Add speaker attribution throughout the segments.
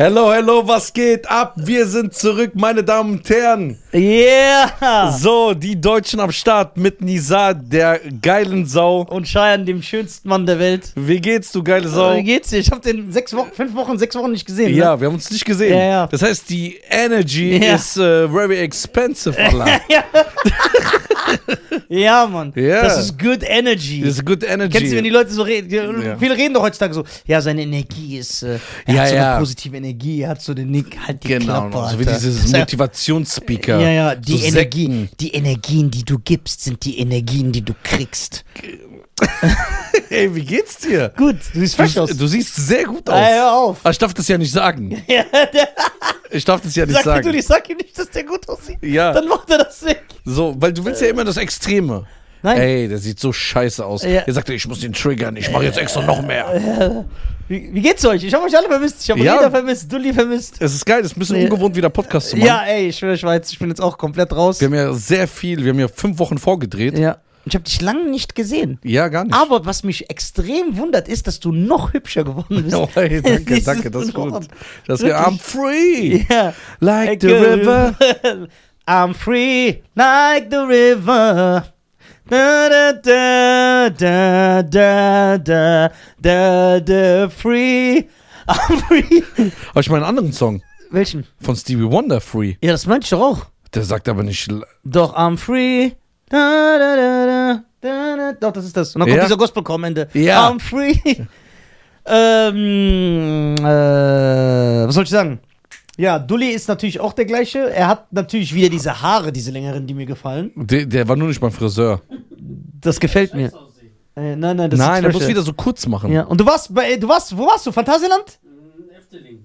Speaker 1: Hello, hello, was geht ab? Wir sind zurück, meine Damen und Herren.
Speaker 2: Yeah!
Speaker 1: So, die Deutschen am Start mit Nisa, der geilen Sau.
Speaker 2: Und Scheiern, dem schönsten Mann der Welt.
Speaker 1: Wie geht's, du geile
Speaker 2: Wie
Speaker 1: Sau?
Speaker 2: geht's dir? Ich hab den sechs Wochen, fünf Wochen, sechs Wochen nicht gesehen. Äh, Ne?
Speaker 1: Ja, wir haben uns nicht gesehen.
Speaker 2: Ja, ja.
Speaker 1: Das heißt, die Energy
Speaker 2: Ja.
Speaker 1: ist äh, very expensive, Allah.
Speaker 2: Ja, Mann.
Speaker 1: Ja.
Speaker 2: Das ist good energy.
Speaker 1: It's good energy.
Speaker 2: Kennst du, wenn die Leute so reden? die-
Speaker 1: Ja.
Speaker 2: Viele reden doch heutzutage so. Ja, seine Energie ist. Äh, er
Speaker 1: Ja,
Speaker 2: hat so
Speaker 1: ja.
Speaker 2: eine positive Energie. Er hat so den Nick. Halt die
Speaker 1: Genau,
Speaker 2: Klappe,
Speaker 1: so
Speaker 2: Alter.
Speaker 1: wie dieses
Speaker 2: Das ist ja,
Speaker 1: Motivationsspeaker.
Speaker 2: ja, ja, die
Speaker 1: so
Speaker 2: Energie, die Energien, die du gibst, sind die Energien, die du kriegst.
Speaker 1: Sekten. Ey, wie geht's dir?
Speaker 2: Gut, du siehst fresh
Speaker 1: Du,
Speaker 2: aus.
Speaker 1: du siehst sehr gut aus.
Speaker 2: Ah, hör auf.
Speaker 1: Aber ich darf das ja nicht sagen.
Speaker 2: Ja, der
Speaker 1: Ich darf das ja nicht
Speaker 2: sagt
Speaker 1: sagen.
Speaker 2: natürlich, sag ihm nicht, dass der gut aussieht.
Speaker 1: Ja.
Speaker 2: Dann macht er das weg.
Speaker 1: So, weil du willst ja immer das Extreme.
Speaker 2: Äh. Nein.
Speaker 1: Ey, der sieht so scheiße aus.
Speaker 2: Ja. Äh.
Speaker 1: Er sagte, ich muss ihn triggern, ich mache jetzt extra noch mehr.
Speaker 2: Wie, wie geht's euch? Ich hab euch alle vermisst. Ich hab
Speaker 1: Ja.
Speaker 2: jeder vermisst, Dulli vermisst.
Speaker 1: Es ist geil, es ist ein bisschen
Speaker 2: Nee.
Speaker 1: ungewohnt, wieder Podcast zu machen.
Speaker 2: Ja, ey, ich bin Schweiz. Ich bin jetzt auch komplett raus.
Speaker 1: Wir haben ja sehr viel, wir haben ja fünf Wochen vorgedreht. Ja,
Speaker 2: Ja. Ich habe dich lange nicht gesehen.
Speaker 1: gar nicht.
Speaker 2: Aber was mich extrem wundert, ist, dass du noch hübscher geworden bist.
Speaker 1: Oh, ey, danke,
Speaker 2: Dieses
Speaker 1: danke, das ist
Speaker 2: Wort.
Speaker 1: gut. Das
Speaker 2: Wirklich.
Speaker 1: wir, I'm free,
Speaker 2: Ja.
Speaker 1: like the river.
Speaker 2: I'm free like the river. Da, da, da, da, da, da, da, da, free. I'm free.
Speaker 1: Aber Oh, ich meine einen anderen Song
Speaker 2: Welchen?
Speaker 1: von Stevie Wonder, Free.
Speaker 2: Ja, das meinte ich doch auch.
Speaker 1: Der sagt aber nicht, l-
Speaker 2: Doch, I'm free. Da, da, da, da, da, da. Doch, das ist das. Und dann kommt
Speaker 1: Ja.
Speaker 2: dieser Gospelchor am Ende.
Speaker 1: Ja.
Speaker 2: I'm free. ähm, äh, was soll ich sagen? Ja, Dulli ist natürlich auch der gleiche. Er hat natürlich wieder diese Haare, diese längeren, die mir gefallen.
Speaker 1: der, der war nur nicht beim Friseur.
Speaker 2: Das gefällt mir. Äh, nein, nein, das
Speaker 1: Nein,
Speaker 2: ist
Speaker 1: der muss
Speaker 2: frische.
Speaker 1: wieder so kurz machen.
Speaker 2: Ja, und du warst bei, du warst, wo warst du? Phantasialand?
Speaker 3: Mm, Efteling,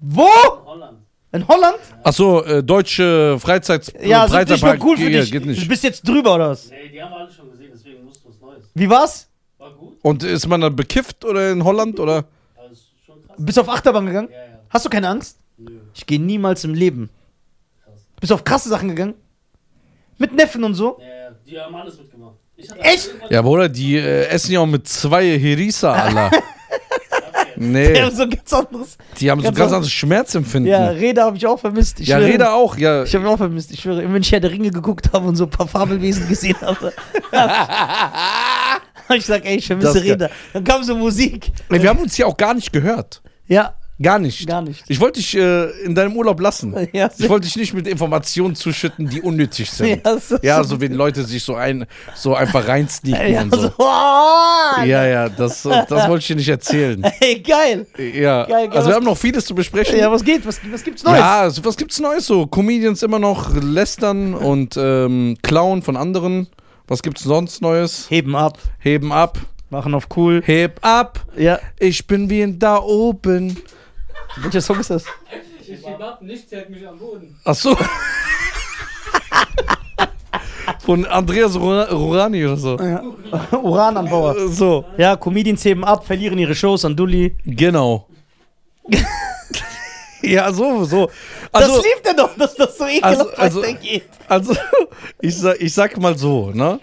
Speaker 2: Wo?
Speaker 3: Holland.
Speaker 2: In Holland?
Speaker 1: Ach so, äh, deutsche Freizeit.
Speaker 2: Ja, also nicht mal
Speaker 1: Freizeitpark-
Speaker 2: cool für
Speaker 1: geht,
Speaker 2: dich.
Speaker 1: Geht
Speaker 2: Du
Speaker 1: nicht.
Speaker 2: bist jetzt drüber, oder was?
Speaker 3: Nee, die haben alle schon gesehen, deswegen musst du was Neues.
Speaker 2: Wie war's?
Speaker 3: War gut,
Speaker 1: Und ist man da bekifft oder in Holland oder?
Speaker 3: aber ist schon krass.
Speaker 2: Bist du auf Achterbahn gegangen?
Speaker 3: Ja, ja,
Speaker 2: Hast du keine Angst?
Speaker 3: nö.
Speaker 2: Ich gehe niemals im Leben.
Speaker 3: Krass.
Speaker 2: Bist du auf krasse Sachen gegangen? Mit Neffen und so?
Speaker 3: Ja, ja, die haben alles mitgemacht. Ich hatte
Speaker 2: Echt?
Speaker 3: irgendwann-
Speaker 1: Ja, Bruder, die äh, essen ja auch mit zwei Herisa, Alter.
Speaker 2: Die
Speaker 1: Nee,
Speaker 2: haben so ganz anderes.
Speaker 1: die haben so
Speaker 2: Ganz
Speaker 1: ganz
Speaker 2: auch-
Speaker 1: anderes Schmerzempfinden.
Speaker 2: Ja,
Speaker 1: Ja,
Speaker 2: Räder habe ich auch vermisst. Ich schwöre.
Speaker 1: Reda auch, Mhm. ja.
Speaker 2: Ich habe auch vermisst. Ich schwöre, wenn ich Herr der Ringe geguckt habe und so ein paar Fabelwesen gesehen habe, habe ich gesagt, ey, ich vermisse
Speaker 1: Das-
Speaker 2: Räder. Dann kam so Musik.
Speaker 1: Ey, wir haben uns ja auch gar nicht gehört.
Speaker 2: Ja,
Speaker 1: Gar nicht.
Speaker 2: Gar nicht.
Speaker 1: Ich wollte dich äh, in deinem Urlaub lassen.
Speaker 2: Ja,
Speaker 1: ich wollte dich nicht mit Informationen zuschütten, die unnötig sind.
Speaker 2: Ja, so-
Speaker 1: Ja, so wenn Leute sich so, ein, so einfach reinsneaken
Speaker 2: ja,
Speaker 1: und
Speaker 2: so.
Speaker 1: so.
Speaker 2: Oh,
Speaker 1: Ja, ja, das, das wollte ich dir nicht erzählen.
Speaker 2: Ey, geil.
Speaker 1: Ja,
Speaker 2: Geil, geil.
Speaker 1: also wir haben noch vieles zu besprechen.
Speaker 2: Ja, was geht? Was, was gibt's Neues?
Speaker 1: Ja, also was gibt's Neues so? Comedians immer noch lästern und ähm, klauen von anderen. Was gibt's sonst Neues?
Speaker 2: Heben ab,
Speaker 1: Heben ab.
Speaker 2: machen auf cool.
Speaker 1: Heb ab.
Speaker 2: Ja,
Speaker 1: Ich bin wie ein da oben.
Speaker 2: welcher Song ist das?
Speaker 3: Ich schieb ab, nichts hält mich am Boden.
Speaker 1: Ach so. von Andreas Rora- Rorani oder so.
Speaker 2: Ja. Urananbauer.
Speaker 1: Äh, So,
Speaker 2: Ja, Comedians heben ab, verlieren ihre Shows an Dulli.
Speaker 1: genau. ja, so, so. Also,
Speaker 2: das lief ja doch, dass das so
Speaker 1: Also-
Speaker 2: ekelhaft
Speaker 1: also-
Speaker 2: weitergeht.
Speaker 1: Also, ich sag, ich sag mal so, ne?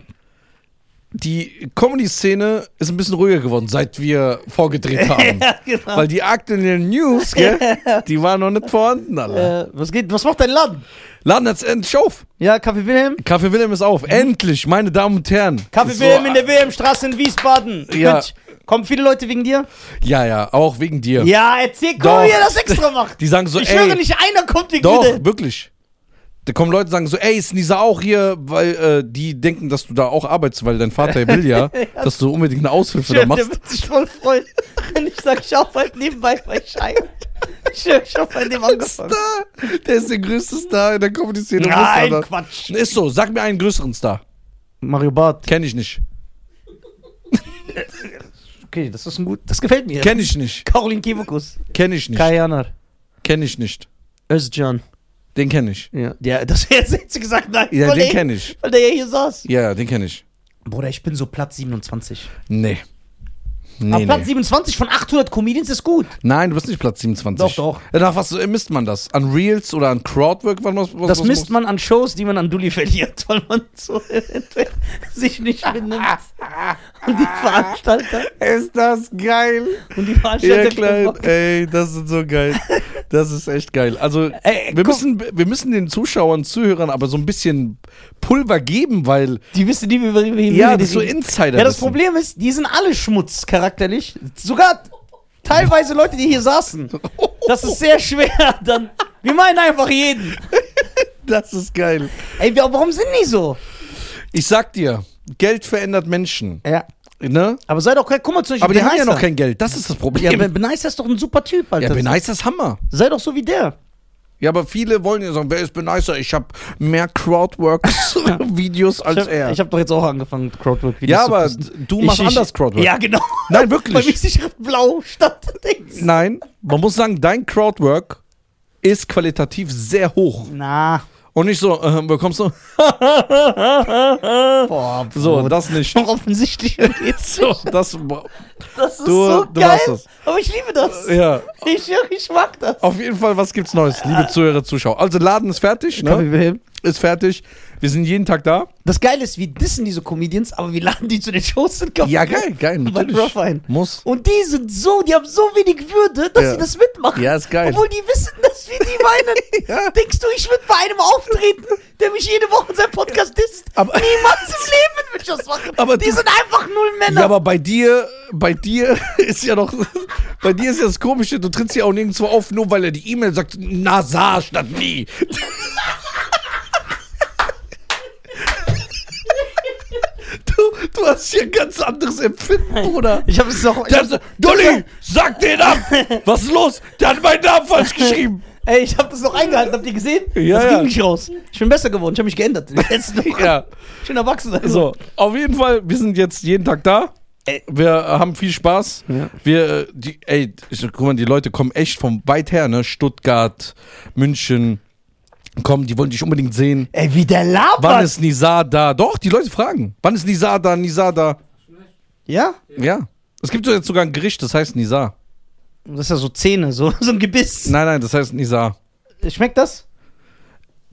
Speaker 1: Die Comedy-Szene ist ein bisschen ruhiger geworden, seit wir vorgedreht haben.
Speaker 2: Ja, genau.
Speaker 1: Weil die aktuellen News, gell, die waren noch nicht vorhanden, Alter.
Speaker 2: äh, was geht? Was macht dein Laden?
Speaker 1: Laden jetzt endlich auf.
Speaker 2: Ja, Kaffee Wilhelm?
Speaker 1: Kaffee Wilhelm ist auf. Endlich, meine Damen und Herren.
Speaker 2: Kaffee
Speaker 1: So,
Speaker 2: Wilhelm in der Wilhelmstraße in Wiesbaden.
Speaker 1: Ja.
Speaker 2: Mensch, Kommen viele Leute wegen dir?
Speaker 1: ah, Ja, ja, auch wegen dir.
Speaker 2: Ja, erzähl, guck
Speaker 1: Doch.
Speaker 2: mal, wie er das extra macht.
Speaker 1: Die sagen so,
Speaker 2: ich
Speaker 1: ey,
Speaker 2: höre nicht, einer kommt wegen
Speaker 1: doch,
Speaker 2: dir.
Speaker 1: wirklich. Da kommen Leute und sagen so, ey, ist Nisa auch hier, weil äh, die denken, dass du da auch arbeitest, weil dein Vater will ja, dass du unbedingt eine Aushilfe da
Speaker 2: Schön,
Speaker 1: machst.
Speaker 2: der wird sich voll freuen. Wenn ich sage, ich arbeite halt nebenbei bei Schei. Ich hab- ich hab bei dem angefangen.
Speaker 1: Star. Der ist der größte Star in der Comedy-Szene.
Speaker 2: Nein,
Speaker 1: Russland.
Speaker 2: Quatsch.
Speaker 1: Ist so, sag mir einen größeren Star.
Speaker 2: Mario Barth.
Speaker 1: Kenn ich nicht.
Speaker 2: Okay, das ist ein gut. Das gefällt mir.
Speaker 1: Kenn ich nicht.
Speaker 2: Caroline Kebekus.
Speaker 1: Kenn ich nicht.
Speaker 2: Kai Janar.
Speaker 1: Kenn ich nicht.
Speaker 2: Özcan.
Speaker 1: Den kenn ich.
Speaker 2: Ja. ja, das wäre jetzt hätte sie gesagt, nein.
Speaker 1: Ja,
Speaker 2: weil,
Speaker 1: den
Speaker 2: der,
Speaker 1: kenn ich.
Speaker 2: weil der ja hier saß.
Speaker 1: Ja, den kenn ich.
Speaker 2: Bruder, ich bin so Platz 27.
Speaker 1: Nee.
Speaker 2: Aber
Speaker 1: Nee,
Speaker 2: Ah, Platz
Speaker 1: nee.
Speaker 2: 27 von 800 Comedians ist gut.
Speaker 1: Nein, du bist nicht Platz 27.
Speaker 2: Doch, doch.
Speaker 1: Nach was äh, misst man das? An Reels oder an Crowdwork? Was, was,
Speaker 2: Das
Speaker 1: was
Speaker 2: misst man an Shows, die man an Dulli verliert, weil man so sich nicht benimmt. Und die Veranstalter.
Speaker 1: Ist das geil?
Speaker 2: Und die Veranstalter.
Speaker 1: Ja, klein. Ey, das ist so geil. Das ist echt geil. Also,
Speaker 2: Ey,
Speaker 1: wir,
Speaker 2: guck-
Speaker 1: müssen, wir müssen den Zuschauern, Zuhörern aber so ein bisschen Pulver geben, weil.
Speaker 2: Die wissen nie, wie wir wie wir-
Speaker 1: Ja,
Speaker 2: die
Speaker 1: das ist so
Speaker 2: reden.
Speaker 1: Insider.
Speaker 2: Ja, das Problem ist, die sind alle Schmutz charakterlich. Sogar teilweise Leute, die hier saßen. Das ist sehr schwer. Dann, wir meinen einfach jeden.
Speaker 1: Das ist geil.
Speaker 2: Ey, wir- warum sind die so?
Speaker 1: Ich sag dir, Geld verändert Menschen.
Speaker 2: Ja.
Speaker 1: Ne?
Speaker 2: Aber sei doch, guck mal, zum Beispiel
Speaker 1: Aber die haben ja
Speaker 2: Beneister.
Speaker 1: noch kein Geld. Das ist das Problem.
Speaker 2: Ja, Ben- Beneister ist doch ein super Typ,
Speaker 1: Ja,
Speaker 2: Alter.
Speaker 1: Benice ist Hammer.
Speaker 2: sei doch so wie der.
Speaker 1: Ja, aber viele wollen ja sagen, wer ist Benicer? Ich habe mehr Crowdworks-Videos
Speaker 2: Ich
Speaker 1: als
Speaker 2: hab,
Speaker 1: er.
Speaker 2: ich hab doch jetzt auch angefangen, Crowdwork-Videos
Speaker 1: ja,
Speaker 2: zu
Speaker 1: aber
Speaker 2: posten.
Speaker 1: du machst
Speaker 2: Ich- ich-
Speaker 1: anders Crowdwork.
Speaker 2: Ja, genau.
Speaker 1: Nein,
Speaker 2: Bei mir
Speaker 1: wirklich.
Speaker 2: ist die Schrift blau statt links.
Speaker 1: Nein, man muss sagen, dein Crowdwork ist qualitativ sehr hoch.
Speaker 2: Na,
Speaker 1: Und nicht so, äh, bekommst du.
Speaker 2: boah,
Speaker 1: So,
Speaker 2: Bro.
Speaker 1: das nicht.
Speaker 2: Noch offensichtlich geht's
Speaker 1: So, das.
Speaker 2: Das ist
Speaker 1: Du-
Speaker 2: so
Speaker 1: du
Speaker 2: geil.
Speaker 1: machst das.
Speaker 2: Aber ich liebe das.
Speaker 1: Ja.
Speaker 2: Ich, ich mag das.
Speaker 1: Auf jeden Fall, was gibt's Neues,
Speaker 2: Ah.
Speaker 1: liebe Zuhörer, Zuschauer? Also, Laden ist fertig, ne? Ist fertig. Wir sind jeden Tag da.
Speaker 2: Das Geile ist, wir dissen diese Comedians, aber wir laden die zu den Shows und kommen.
Speaker 1: Ja, geil, geil.
Speaker 2: Bei Rough
Speaker 1: Natürlich.
Speaker 2: ein.
Speaker 1: Muss.
Speaker 2: Und die sind so, die haben so wenig Würde, dass
Speaker 1: Ja.
Speaker 2: sie das mitmachen.
Speaker 1: Ja, ist geil.
Speaker 2: Obwohl die wissen, dass wir die meinen.
Speaker 1: Ja.
Speaker 2: Denkst du, ich würde bei einem auftreten, der mich jede Woche in seinem Podcast disst?
Speaker 1: Aber-
Speaker 2: Niemals im Leben würde ich das machen.
Speaker 1: Aber
Speaker 2: die
Speaker 1: du-
Speaker 2: sind einfach null Männer.
Speaker 1: Ja, aber bei dir, bei dir ist ja noch, bei dir ist ja das Komische, du trittst ja auch nirgendwo auf, nur weil er die E-Mail sagt, NASA statt nie. Du, du hast hier ein ganz anderes Empfinden, Bruder.
Speaker 2: ich habe es noch.
Speaker 1: Der so, Dulli, sag den ab! Was ist los? Der hat meinen Namen falsch geschrieben.
Speaker 2: Ey, ich habe das noch eingehalten, habt ihr gesehen?
Speaker 1: Ja,
Speaker 2: das
Speaker 1: ja.
Speaker 2: ging nicht raus. Ich bin besser geworden, ich habe mich geändert. in den letzten Wochen.
Speaker 1: Ja.
Speaker 2: Ich bin erwachsen. Also.
Speaker 1: So, auf jeden Fall, wir sind jetzt jeden Tag da. Wir äh, haben viel Spaß.
Speaker 2: Ja.
Speaker 1: Wir, äh, die, ey, ich, guck mal, die Leute kommen echt von weit her, ne? Stuttgart, München, kommen, die wollen dich unbedingt sehen.
Speaker 2: Ey, wie der labert.
Speaker 1: Wann ist Nizar da? Doch, die Leute fragen. Wann ist Nizar da? Nizar da?
Speaker 2: ja?
Speaker 1: Ja. Es gibt jetzt sogar ein Gericht, das heißt Nizar.
Speaker 2: Das ist ja so Zähne, so, so ein Gebiss.
Speaker 1: Nein, nein, das heißt Nizar.
Speaker 2: Schmeckt das?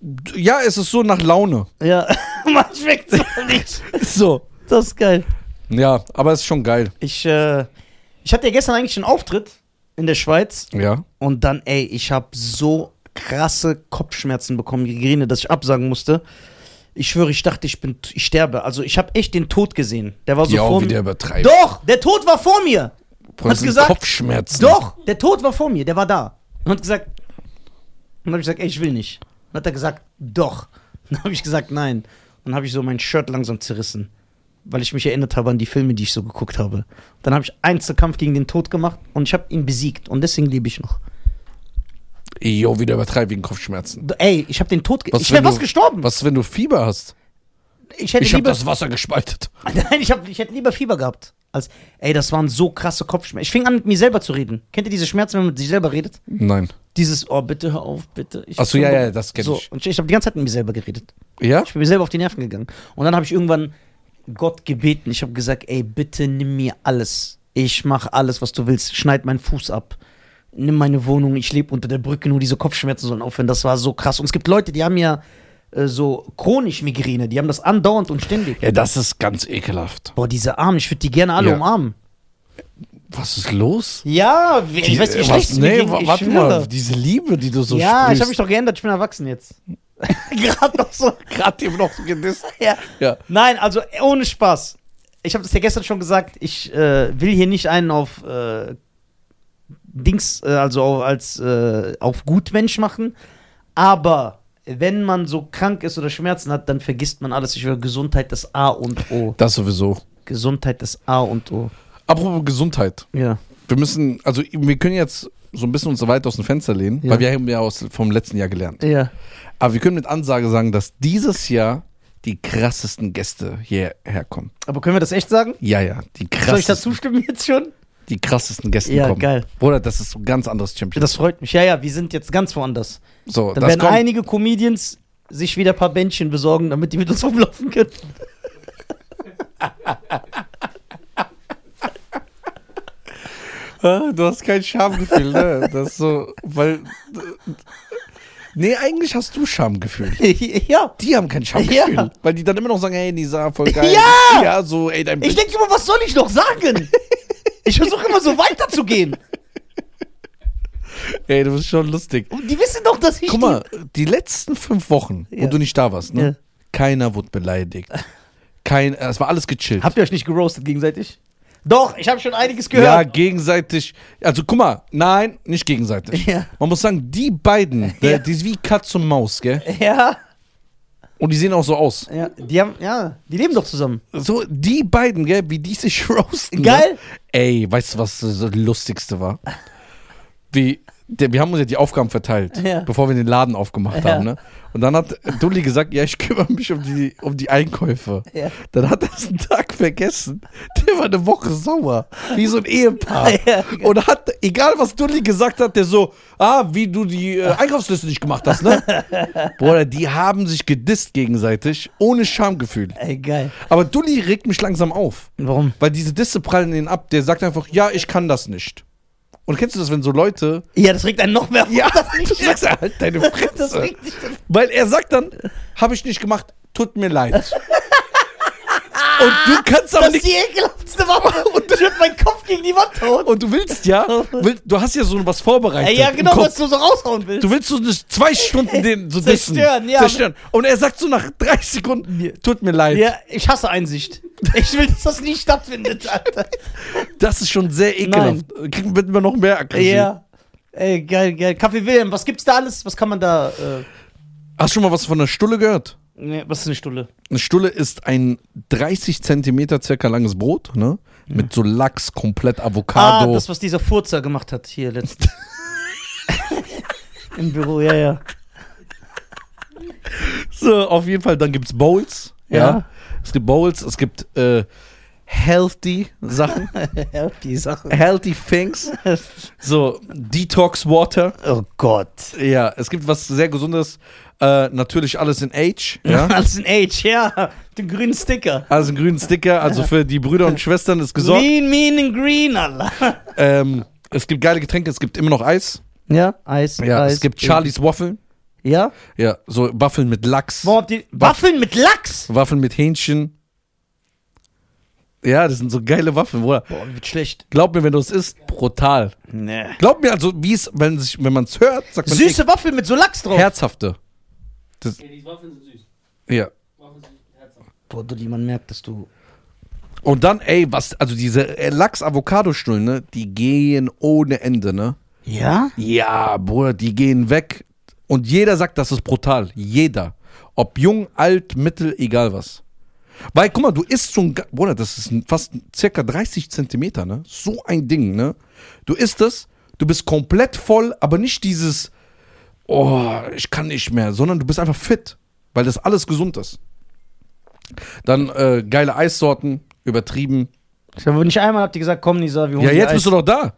Speaker 1: D- Ja, es ist so nach Laune.
Speaker 2: Ja, man schmeckt es nicht.
Speaker 1: So.
Speaker 2: Das ist geil.
Speaker 1: Ja, aber es ist schon geil.
Speaker 2: Ich, äh, ich hatte ja gestern eigentlich einen Auftritt in der Schweiz
Speaker 1: Ja.
Speaker 2: und dann, ey, ich habe so krasse Kopfschmerzen bekommen, Migräne, dass ich absagen musste. Ich schwöre, ich dachte, ich bin, ich sterbe. Also ich habe echt den Tod gesehen. Der war so
Speaker 1: ja,
Speaker 2: vor
Speaker 1: wie der
Speaker 2: mir.
Speaker 1: übertreibt.
Speaker 2: Doch, der Tod war vor mir.
Speaker 1: Boah, das
Speaker 2: Hast
Speaker 1: sind
Speaker 2: gesagt?
Speaker 1: Kopfschmerzen.
Speaker 2: Doch, der Tod war vor mir, der war da. Und hat gesagt, und habe ich gesagt, ey, ich will nicht. Und hat er gesagt, doch. Und dann habe ich gesagt, nein. Und dann habe ich so mein Shirt langsam zerrissen, weil ich mich erinnert habe an die Filme, die ich so geguckt habe. Und dann habe ich Einzelkampf gegen den Tod gemacht und ich habe ihn besiegt und deswegen lebe ich noch.
Speaker 1: Jo, wie der übertreibt wegen Kopfschmerzen.
Speaker 2: D- Ey, ich habe den Tod ge
Speaker 1: Was,
Speaker 2: Ich wäre
Speaker 1: wenn du-
Speaker 2: was gestorben.
Speaker 1: Was, wenn du Fieber hast?
Speaker 2: Ich hätte
Speaker 1: Ich habe
Speaker 2: lieber
Speaker 1: das Wasser gespaltet.
Speaker 2: Nein, ich, hab, ich hätte lieber Fieber gehabt. Als, ey, das waren so krasse Kopfschmerzen. Ich fing an, mit mir selber zu reden. Kennt ihr diese Schmerzen, wenn man mit sich selber redet?
Speaker 1: Nein.
Speaker 2: dieses, oh, bitte hör auf, bitte. Ich
Speaker 1: Ach so, ja, ja, das kenn
Speaker 2: so,
Speaker 1: ich.
Speaker 2: Und ich habe die ganze Zeit mit mir selber geredet.
Speaker 1: Ja?
Speaker 2: Ich bin mir selber auf die Nerven gegangen. Und dann habe ich irgendwann Gott gebeten. Ich habe gesagt, ey, bitte nimm mir alles. Ich mache alles, was du willst. Schneid meinen Fuß ab. Nimm meine Wohnung. Ich lebe unter der Brücke. Nur diese Kopfschmerzen sollen aufhören. Das war so krass. Und es gibt Leute, die haben ja äh, so chronisch Migräne. Die haben das andauernd und ständig.
Speaker 1: Ja, das ist ganz ekelhaft.
Speaker 2: Boah, diese Arme. Ich würde die gerne alle
Speaker 1: Ja.
Speaker 2: umarmen.
Speaker 1: Was ist los?
Speaker 2: Ja, ich weiß
Speaker 1: Die- äh,
Speaker 2: nicht,
Speaker 1: was,
Speaker 2: schlecht
Speaker 1: nee, wa- warte mal, diese Liebe, die du so
Speaker 2: ja, ich
Speaker 1: sprühst.
Speaker 2: habe mich doch geändert. Ich bin erwachsen jetzt. Gerade noch so.
Speaker 1: gerade eben noch so gedisst.
Speaker 2: Ja.
Speaker 1: Ja.
Speaker 2: Nein, also ohne Spaß. Ich habe das ja gestern schon gesagt. Ich äh, will hier nicht einen auf äh, Dings, äh, also au- als äh, auf Gutmensch machen. Aber wenn man so krank ist oder Schmerzen hat, dann vergisst man alles. Ich höre Gesundheit das A und O.
Speaker 1: Das sowieso.
Speaker 2: Gesundheit das A und O.
Speaker 1: Apropos Gesundheit.
Speaker 2: Ja.
Speaker 1: Wir müssen, also wir können jetzt so ein bisschen uns weit aus dem Fenster lehnen,
Speaker 2: Ja.
Speaker 1: weil wir haben ja aus, vom letzten Jahr gelernt.
Speaker 2: Ja.
Speaker 1: Aber wir können mit Ansage sagen, dass dieses Jahr die krassesten Gäste hierher kommen.
Speaker 2: Aber können wir das echt sagen?
Speaker 1: Ja, ja, die
Speaker 2: Soll ich da
Speaker 1: krassesten,
Speaker 2: zustimmen jetzt schon?
Speaker 1: die krassesten Gäste
Speaker 2: Ja,
Speaker 1: kommen.
Speaker 2: geil.
Speaker 1: Bruder, das ist so ein ganz anderes Champion.
Speaker 2: Das freut mich. Ja, ja, wir sind jetzt ganz woanders.
Speaker 1: so,
Speaker 2: Dann
Speaker 1: das
Speaker 2: werden
Speaker 1: kommt.
Speaker 2: einige Comedians sich wieder ein paar Bändchen besorgen, damit die mit uns rumlaufen können.
Speaker 1: Ah, Du hast kein Schamgefühl, ne? Das ist so, weil. Nee, eigentlich hast du Schamgefühl.
Speaker 2: ja.
Speaker 1: Die haben kein Schamgefühl.
Speaker 2: Ja.
Speaker 1: Weil die dann immer noch sagen, hey, Nisa, voll geil.
Speaker 2: Ja!
Speaker 1: Ja, so, ey, dein
Speaker 2: Ich denke immer, was soll ich noch sagen? Ich versuche immer so weiterzugehen.
Speaker 1: Ey, du bist schon lustig.
Speaker 2: Und die wissen doch, dass ich
Speaker 1: Guck mal, die letzten fünf Wochen,
Speaker 2: Ja.
Speaker 1: wo du nicht da warst, ne?
Speaker 2: Ja.
Speaker 1: Keiner wurde beleidigt. Kein, es war alles gechillt.
Speaker 2: die... Habt ihr euch nicht geroastet gegenseitig? Doch, ich habe schon einiges
Speaker 1: ja,
Speaker 2: gehört.
Speaker 1: gegenseitig. Also guck mal, nein, nicht gegenseitig.
Speaker 2: Ja.
Speaker 1: Man muss sagen, die beiden,
Speaker 2: Ja.
Speaker 1: der- die ist wie Katz und Maus, gell?
Speaker 2: Ja.
Speaker 1: Und die sehen auch so aus.
Speaker 2: ja. Die haben, ja, die leben doch zusammen.
Speaker 1: So, die beiden, gell, wie die sich roasten.
Speaker 2: Geil.
Speaker 1: Ne? Ey, weißt du, was das Lustigste war? Wie, der, wir haben uns ja die Aufgaben verteilt,
Speaker 2: Ja.
Speaker 1: bevor wir den Laden aufgemacht
Speaker 2: Ja.
Speaker 1: haben, ne? Und dann hat Dulli gesagt, ja, ich kümmere mich um die, um die Einkäufe.
Speaker 2: Ja.
Speaker 1: Dann hat er es einen Tag vergessen. Der war eine Woche sauer. Wie so ein Ehepaar.
Speaker 2: Ja.
Speaker 1: Und hat, egal was Dulli gesagt hat, der so, ah, wie du die äh, Einkaufsliste nicht gemacht hast, ne? Bruder, die haben sich gedisst gegenseitig, ohne Schamgefühl.
Speaker 2: Ey, geil.
Speaker 1: Aber Dulli regt mich langsam auf.
Speaker 2: Warum?
Speaker 1: Weil diese Disse prallen ihn ab. Der sagt einfach, ja, ich kann das nicht. Und kennst du das, wenn so Leute.
Speaker 2: Ja, das regt einen noch mehr auf.
Speaker 1: Ja, du sagst, halt deine
Speaker 2: Das
Speaker 1: Fresse.
Speaker 2: regt dich
Speaker 1: Weil er sagt dann, habe ich nicht gemacht, tut mir leid. Und du kannst aber
Speaker 2: Das ist
Speaker 1: nicht.
Speaker 2: die ekelhafteste Waffe. Und ich hab meinen Kopf gegen die Wand hauen.
Speaker 1: Und du willst ja, will- du hast ja so was vorbereitet.
Speaker 2: Ey, ja,
Speaker 1: im
Speaker 2: genau,
Speaker 1: Kopf.
Speaker 2: was du so raushauen willst.
Speaker 1: Du willst so eine, zwei Stunden den so dissen,
Speaker 2: Zerstören, ja.
Speaker 1: zerstören. Und er sagt so nach 30 Sekunden, tut mir leid.
Speaker 2: ja, ich hasse Einsicht. Ich will, dass das nie stattfindet, Alter.
Speaker 1: Das ist schon sehr ekelhaft. Kriegen wird immer noch mehr aggressiv.
Speaker 2: ja. Ey, geil, geil. Kaffee Wilhelm, was gibt's da alles? Was kann man da. Äh,
Speaker 1: Hast du schon mal was von der Stulle gehört?
Speaker 2: ne, was ist eine Stulle?
Speaker 1: Eine Stulle ist ein 30 Zentimeter circa langes Brot, ne? Mit so Lachs, komplett
Speaker 2: Ah,
Speaker 1: Avocado.
Speaker 2: das, was dieser Furzer gemacht hat hier letztens. Im Büro, ja, ja.
Speaker 1: so, auf jeden Fall, dann gibt's Bowls. Ja.
Speaker 2: Ja.
Speaker 1: Es gibt Bowls, es gibt äh, healthy Sachen,
Speaker 2: ja die Sache.
Speaker 1: healthy things. So, Detox Water.
Speaker 2: Oh Gott.
Speaker 1: Ja, es gibt was sehr Gesundes. Äh, natürlich alles in Age. Ja.
Speaker 2: Alles in Age, ja. Den grünen Sticker.
Speaker 1: Also einen grünen Sticker, also für die Brüder und Schwestern ist gesorgt.
Speaker 2: Mean, mean and green, Allah.
Speaker 1: Ähm, es gibt geile Getränke, es gibt immer noch Eis.
Speaker 2: Ja, Eis.
Speaker 1: Ja,
Speaker 2: Eis,
Speaker 1: es gibt Charlies Waffeln.
Speaker 2: Ja?
Speaker 1: Ja, so Waffeln mit Lachs.
Speaker 2: Warum habt ihr. Waffeln mit Lachs?
Speaker 1: Waffeln mit Hähnchen. Ja, das sind so geile Waffeln, Bruder.
Speaker 2: Boah, mir wird schlecht.
Speaker 1: Glaub mir, wenn du es isst, brutal.
Speaker 2: Nee.
Speaker 1: Glaub mir, also, wie es, wenn sich, wenn man es hört, sagt man
Speaker 2: Süße Waffeln mit so Lachs
Speaker 1: ey,
Speaker 2: drauf.
Speaker 1: herzhafte.
Speaker 3: Ja, die Waffeln sind süß.
Speaker 1: Ja.
Speaker 3: Waffeln sind herzhaft.
Speaker 2: Boah, Dulli, man merkt, dass du.
Speaker 1: Und dann, ey, was, also diese äh, Lachs-Avocado-Stullen, ne, die gehen ohne Ende, ne?
Speaker 2: Ja?
Speaker 1: Ja, Bruder, die gehen weg. Und jeder sagt, das ist brutal. Jeder. Ob jung, alt, mittel, egal was. Weil, guck mal, du isst so ein, ga- Bruder, das ist ein- fast ein- circa 30 Zentimeter, ne? So ein Ding, ne? Du isst es, du bist komplett voll, aber nicht dieses, oh, ich kann nicht mehr, sondern du bist einfach fit, weil das alles gesund ist. Dann äh, geile Eissorten, übertrieben.
Speaker 2: Ich habe nicht einmal habt ihr gesagt, komm, Nisa, wir holen
Speaker 1: Ja,
Speaker 2: dir
Speaker 1: jetzt
Speaker 2: Eis.
Speaker 1: bist du doch da.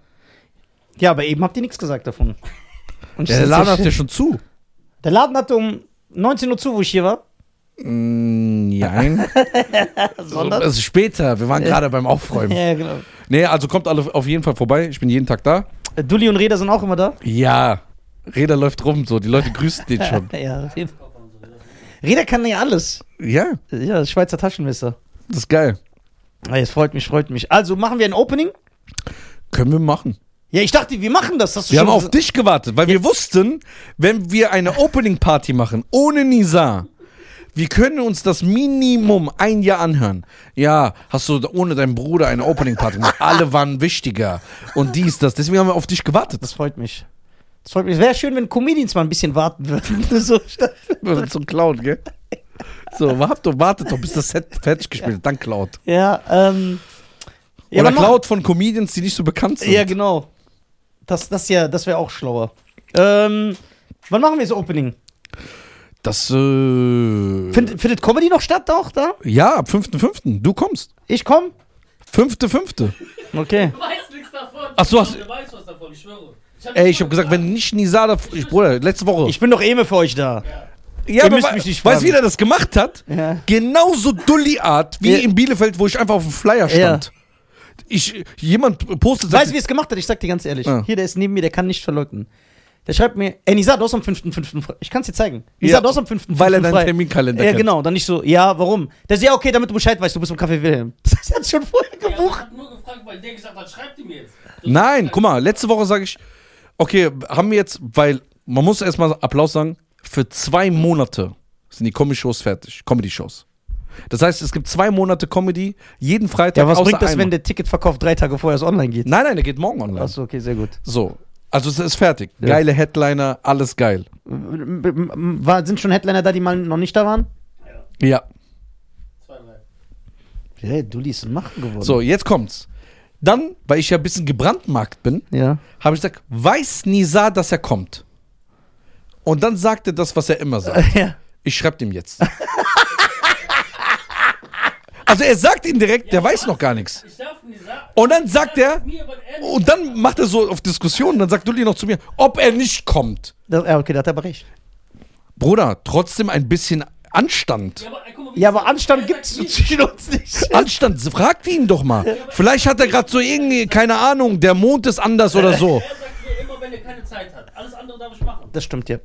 Speaker 2: Ja, aber eben habt ihr nichts gesagt davon. Und
Speaker 1: Ja,
Speaker 2: ich-
Speaker 1: der Laden hat ja schon zu.
Speaker 2: der Laden hatte um 19 Uhr zu, wo ich hier war.
Speaker 1: Mm, Nein.
Speaker 2: Sondern?
Speaker 1: Also später, wir waren gerade beim Aufräumen.
Speaker 2: Ja, genau.
Speaker 1: Nee, also kommt alle auf jeden Fall vorbei. Ich bin jeden Tag da.
Speaker 2: Äh, Dulli und Reda sind auch immer da.
Speaker 1: Ja. Räder läuft rum, so. Die Leute grüßen den schon.
Speaker 2: Ja, Reda. Reda kann ja alles.
Speaker 1: Ja,
Speaker 2: Ja, das Schweizer Taschenmesser.
Speaker 1: das ist geil.
Speaker 2: Ah, Es freut mich, freut mich. Also machen wir ein Opening?
Speaker 1: Können wir machen.
Speaker 2: Ja, ich dachte, wir machen das. Hast du
Speaker 1: Wir
Speaker 2: schon
Speaker 1: haben auf
Speaker 2: gesagt?
Speaker 1: dich gewartet, weil wir wussten, wenn wir eine Opening-Party machen, ohne Nisa, wir können uns das Minimum ein Jahr anhören. Ja, hast du ohne deinen Bruder eine Opening-Party gemacht. Alle waren wichtiger. Und dies, das. Deswegen haben wir auf dich gewartet.
Speaker 2: Das freut mich. Das freut mich. Es wäre schön, wenn Comedians mal ein bisschen warten würden. so, statt-
Speaker 1: Das zum Clown, gell? So, wartet doch, wartet doch, bis das Set fertig gespielt ist. Dann Cloud.
Speaker 2: ja, ähm. ja,
Speaker 1: Oder
Speaker 2: dann mach-
Speaker 1: Cloud von Comedians, die nicht so bekannt sind.
Speaker 2: Ja, genau. Das, das, ja, das wäre auch schlauer. Ähm, wann machen wir das Opening?
Speaker 1: Das, äh.
Speaker 2: Find, findet Comedy noch statt auch da?
Speaker 1: ja, ab 5.5. Du kommst.
Speaker 2: Ich komm?
Speaker 1: Fünfte, fünfte.
Speaker 2: Okay.
Speaker 3: Du weißt nichts davon.
Speaker 1: Ach so, hast-
Speaker 3: du weißt was davon, ich schwöre. hab
Speaker 1: Ey,
Speaker 3: dich
Speaker 1: ich hab
Speaker 3: vorher
Speaker 1: gesagt, wenn nicht Nisa da. Ich, Bruder, letzte Woche.
Speaker 2: Ich bin doch eh immer für euch da.
Speaker 1: ja,
Speaker 2: ihr müsst
Speaker 1: wei-
Speaker 2: mich nicht
Speaker 1: Weißt
Speaker 2: fragen.
Speaker 1: du, wie der das gemacht hat?
Speaker 2: Ja.
Speaker 1: Genauso Dulli-Art wie
Speaker 2: Ja.
Speaker 1: in Bielefeld, wo ich einfach auf dem Flyer stand. Ich, jemand postet. sagt-
Speaker 2: Weißt du, wie es gemacht hat? Ich sag dir ganz ehrlich.
Speaker 1: Ja.
Speaker 2: Hier, der ist neben mir, der kann nicht verleugnen. Der schreibt mir, ey, Nisa, du hast am 5.5. frei. Ich kann's dir zeigen. Nisa,
Speaker 1: Ja,
Speaker 2: du hast am 5.5.
Speaker 1: weil er deinen
Speaker 2: frei.
Speaker 1: Terminkalender
Speaker 2: Ja,
Speaker 1: kennt.
Speaker 2: genau. Dann nicht so, ja, warum? Der so, ja, okay, damit du Bescheid weißt, du bist im Café Wilhelm. Das heißt, er hat schon vorher
Speaker 3: gefragt. Ja, ich
Speaker 2: gebucht.
Speaker 3: hab nur gefragt, weil der gesagt hat, schreibt ihm jetzt.
Speaker 1: Nein, guck mal, letzte Woche sage ich, Okay, haben wir jetzt, weil man muss erstmal Applaus sagen, für zwei Monate sind die Comedy-Shows fertig. Comedy-Shows. Das heißt, es gibt zwei Monate Comedy, jeden Freitag.
Speaker 2: Ja, was
Speaker 1: außer
Speaker 2: bringt das,
Speaker 1: einmal.
Speaker 2: wenn der Ticketverkauf drei Tage vorher erst online geht?
Speaker 1: Nein, nein, der geht morgen online.
Speaker 2: Achso, okay, sehr gut.
Speaker 1: So. Also es ist fertig.
Speaker 2: Ja.
Speaker 1: Geile Headliner, alles geil.
Speaker 2: M- m- m- War, sind schon Headliner da, die mal noch nicht da waren?
Speaker 3: Ja,
Speaker 1: Ja.
Speaker 3: zwei, drei.
Speaker 2: Ja, Dulli ist ein Macher geworden.
Speaker 1: So, jetzt kommt's. Dann, weil ich ja ein bisschen gebrandmarkt bin,
Speaker 2: Ja.
Speaker 1: habe ich gesagt, weiß Nisa, dass er kommt. Und dann sagt er das, was er immer sagt.
Speaker 2: ja.
Speaker 1: Ich schreibe dem jetzt. also er sagt ihn direkt, der weiß noch gar nichts.
Speaker 3: Ich darf nicht sagen.
Speaker 1: Und dann Oh, sagt Oh, er,
Speaker 3: Mir, weil er nicht
Speaker 1: und dann macht er so auf Diskussion, dann sagt Dulli noch zu mir, ob er nicht kommt.
Speaker 2: Das, ja, okay, da hat er aber recht.
Speaker 1: Bruder, trotzdem ein bisschen Anstand.
Speaker 3: Ja, aber, ey, guck mal, wie
Speaker 2: Ja,
Speaker 3: ich
Speaker 2: aber
Speaker 3: sag.
Speaker 2: Anstand
Speaker 3: Er
Speaker 2: gibt's
Speaker 3: sagt
Speaker 2: zwischen uns nicht.
Speaker 1: Anstand, fragt ihn doch mal. Vielleicht hat er gerade so irgendwie, keine Ahnung, der Mond ist anders oder so.
Speaker 3: mir- Er sagt mir immer, wenn er keine Zeit hat. Alles andere darf ich machen.
Speaker 2: Das stimmt, ja.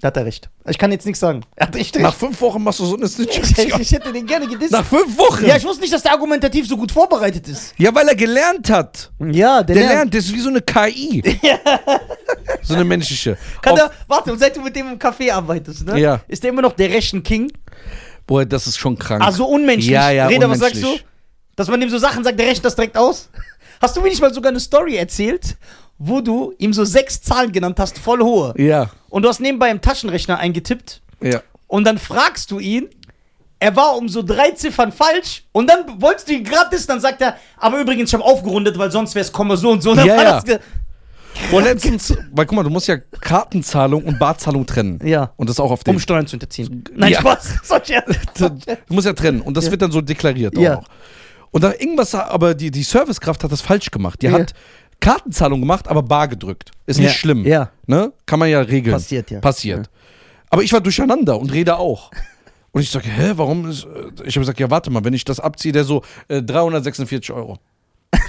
Speaker 2: Da hat er recht. Ich kann jetzt nichts sagen. Er hat echt
Speaker 1: Nach
Speaker 2: recht.
Speaker 1: fünf Wochen machst du so eine
Speaker 2: Ich, ich,
Speaker 1: Situation.
Speaker 2: ich hätte den gerne gedisst.
Speaker 1: Nach fünf Wochen?
Speaker 2: Ja, ich wusste nicht, dass der argumentativ so gut vorbereitet ist.
Speaker 1: Ja, weil er gelernt hat.
Speaker 2: Ja,
Speaker 1: Der lernt, das ist wie so eine KI. so eine menschliche.
Speaker 2: Kann
Speaker 1: Auf-
Speaker 2: der, warte, und seit du mit dem im Café arbeitest, ne?
Speaker 1: Ja.
Speaker 2: Ist der immer noch der rechten King?
Speaker 1: Boah, das ist schon krank.
Speaker 2: Also unmenschlich.
Speaker 1: Ja, ja,
Speaker 2: Reda, was sagst
Speaker 1: unmenschlich.
Speaker 2: du? Dass man dem so Sachen sagt, der rechnet das direkt aus? Hast du mir nicht mal sogar eine Story erzählt, wo du ihm so sechs Zahlen genannt hast, voll hohe.
Speaker 1: Ja,
Speaker 2: Und du hast nebenbei im Taschenrechner eingetippt
Speaker 1: ja.
Speaker 2: und dann fragst du ihn, er war um so drei Ziffern falsch und dann wolltest du ihn gratis, dann sagt er, aber übrigens, ich habe aufgerundet, weil sonst wäre es Komma so und so. Und dann
Speaker 1: Ja,
Speaker 2: war
Speaker 1: ja.
Speaker 2: Das ge-
Speaker 1: Boah, letztens, weil guck mal, du musst ja Kartenzahlung und Barzahlung trennen.
Speaker 2: Ja.
Speaker 1: Und das auch auf
Speaker 2: um
Speaker 1: dem.
Speaker 2: Steuern zu hinterziehen. Nein,
Speaker 1: Ja.
Speaker 2: Spaß. Das war ein Scherz.
Speaker 1: Du musst ja trennen. Und das wird dann so deklariert
Speaker 2: Ja.
Speaker 1: auch noch. Und dann irgendwas, aber die, die Servicekraft hat das falsch gemacht. Die
Speaker 2: Ja.
Speaker 1: hat Kartenzahlung gemacht, aber bar gedrückt. Ist
Speaker 2: Ja,
Speaker 1: nicht schlimm.
Speaker 2: ja.
Speaker 1: Ne? Kann man ja regeln.
Speaker 2: Passiert, ja.
Speaker 1: Passiert. Aber ich war durcheinander und rede auch. Und ich sage, hä, warum ist. äh, Ich habe gesagt, ja, warte mal, wenn ich das abziehe, der so äh, 346 Euro.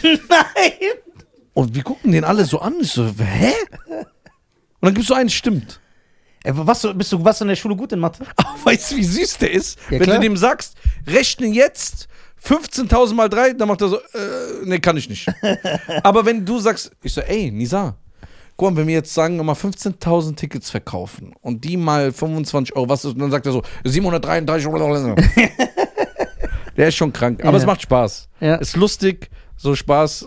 Speaker 2: Nein.
Speaker 1: Und wir gucken den alle so an. Ich so, hä? Und dann gibt's so einen, stimmt.
Speaker 2: Ey, was, du- bist du was in der Schule gut in Mathe?
Speaker 1: Aber weißt du, wie süß der ist?
Speaker 2: Ja,
Speaker 1: Wenn
Speaker 2: klar.
Speaker 1: du dem sagst, rechne jetzt 15.000 mal 3, dann macht er so, äh, nee, kann ich nicht. Aber wenn du sagst, ich so, ey, Nisa, guck mal, wenn wir jetzt sagen, mal 15.000 Tickets verkaufen und die mal 25 Euro, was ist, und dann sagt er so, 733 Euro. der ist schon krank, aber
Speaker 2: Ja.
Speaker 1: es macht Spaß.
Speaker 2: Ja.
Speaker 1: Ist lustig, so Spaß,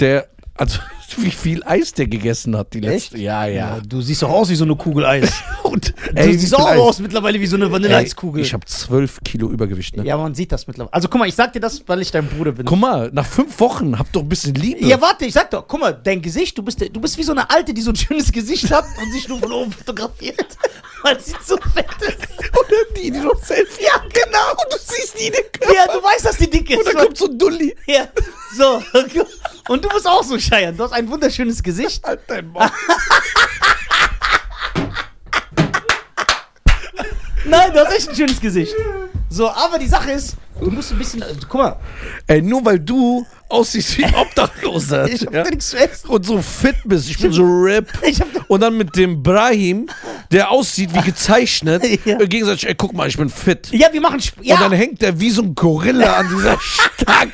Speaker 1: der, also wie viel Eis der gegessen hat die letzte, ja, ja.
Speaker 2: Du siehst doch aus wie so eine Kugel Eis.
Speaker 1: Und,
Speaker 2: du siehst auch aus mittlerweile wie so eine
Speaker 1: Ey,
Speaker 2: Vanilleeiskugel.
Speaker 1: Ich habe 12 Kilo Übergewicht. Ne?
Speaker 2: Ja, man sieht das mittlerweile. Also guck mal, ich sag dir das, weil ich dein Bruder bin.
Speaker 1: Guck mal, nach fünf Wochen hab doch ein bisschen Liebe.
Speaker 2: ja, warte, ich sag doch, guck mal, dein Gesicht, du bist, der- du bist wie so eine Alte, die so ein schönes Gesicht hat und sich nur von oben fotografiert. Man sieht so fett ist.
Speaker 1: Oder die, die noch Selfie.
Speaker 2: Ja, genau.
Speaker 1: Und du siehst nie den Körper.
Speaker 2: Ja, du weißt, dass die dick
Speaker 1: Und
Speaker 2: ist.
Speaker 1: dann kommt so ein Dulli.
Speaker 2: Ja, so. Und du bist auch so, Scheiern. Du hast ein wunderschönes Gesicht.
Speaker 1: Halt dein Maul.
Speaker 2: Ah. Nein, du hast echt ein schönes Gesicht. So, aber die Sache ist, du musst ein bisschen, also, guck mal,
Speaker 1: Ey, nur weil du aussiehst wie ein Obdachloser.
Speaker 2: ich hab
Speaker 1: ja?
Speaker 2: da nichts zu essen.
Speaker 1: Und so fit bist. Ich bin so rip.
Speaker 2: Ich hab da
Speaker 1: Und dann mit dem Brahim, der aussieht wie gezeichnet.
Speaker 2: Ja.
Speaker 1: Und gegenseitig, ey, guck mal, ich bin fit.
Speaker 2: Ja, wir machen Sp ja.
Speaker 1: Und dann hängt er wie so ein Gorilla an dieser Stange.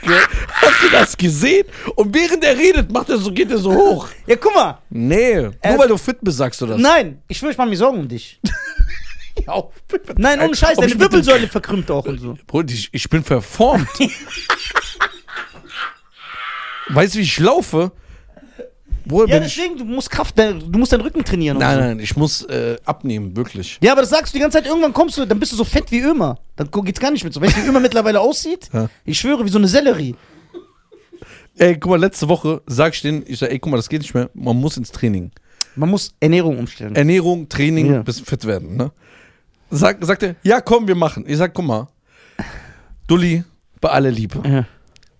Speaker 1: Hast du das gesehen? Und während er redet, macht er so, geht er so hoch.
Speaker 2: ja, guck mal.
Speaker 1: Nee, nur
Speaker 2: Äh,
Speaker 1: weil du fit bist, sagst du das.
Speaker 2: Nein, ich schwöre, ich mache mir Sorgen um dich.
Speaker 1: auf.
Speaker 2: Nein, ohne Scheiß,
Speaker 1: Ob ich
Speaker 2: deine
Speaker 1: mit dem-
Speaker 2: Wirbelsäule verkrümmt auch und so.
Speaker 1: Bruder, ich, ich bin verformt. weißt du, wie ich laufe? Woher
Speaker 2: Ja,
Speaker 1: bin ich?
Speaker 2: deswegen, du musst Kraft, dein- du musst deinen Rücken trainieren und
Speaker 1: Nein,
Speaker 2: so.
Speaker 1: nein, ich muss äh, abnehmen, wirklich.
Speaker 2: Ja, aber das sagst du die ganze Zeit, irgendwann kommst du, dann bist du so fett wie Ömer. Dann gu- geht's gar nicht mit so. Weißt du, wie Ömer mittlerweile aussieht?
Speaker 1: Ja.
Speaker 2: Ich schwöre, wie so eine Sellerie.
Speaker 1: Ey, guck mal, letzte Woche sag ich denen, ich sag, ey, guck mal, das geht nicht mehr, man muss ins Training.
Speaker 2: Man muss Ernährung umstellen.
Speaker 1: Äh. Ernährung, Training,
Speaker 2: Ja.
Speaker 1: bisschen fit werden, ne? Sag, sagt er, ja, komm, wir machen. Ich sag, guck mal, Dulli, bei aller Liebe.
Speaker 2: Ja.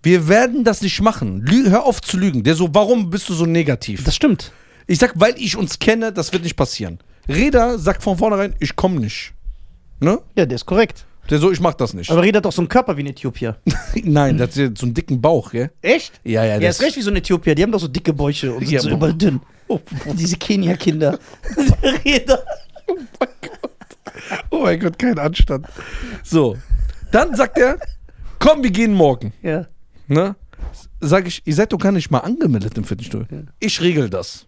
Speaker 1: Wir werden das nicht machen. Lü hör auf zu lügen. Der so, warum bist du so negativ?
Speaker 2: Das stimmt.
Speaker 1: Ich sag, weil ich uns kenne, das wird nicht passieren. Reda sagt von vornherein, ich komme nicht. Ne?
Speaker 2: Ja, der ist korrekt.
Speaker 1: Der so, ich mach das nicht.
Speaker 2: Aber Reda hat doch so einen Körper wie ein Äthiopier.
Speaker 1: Nein, der hat so so einen dicken Bauch, gell?
Speaker 2: Echt?
Speaker 1: Ja, ja,
Speaker 2: Ja,
Speaker 1: der
Speaker 2: ist recht wie so ein Äthiopier. Die haben doch so dicke Bäuche und sind
Speaker 1: Ja,
Speaker 2: so
Speaker 1: aber-
Speaker 2: überall dünn.
Speaker 1: Oh,
Speaker 2: Diese Kenia-Kinder. Reda.
Speaker 1: oh mein Gott, kein Anstand. So. Dann sagt er, komm, wir gehen morgen.
Speaker 2: Ja.
Speaker 1: Ne? Sag ich, ihr seid doch gar nicht mal angemeldet im Fitnessstudio. Ich regel das.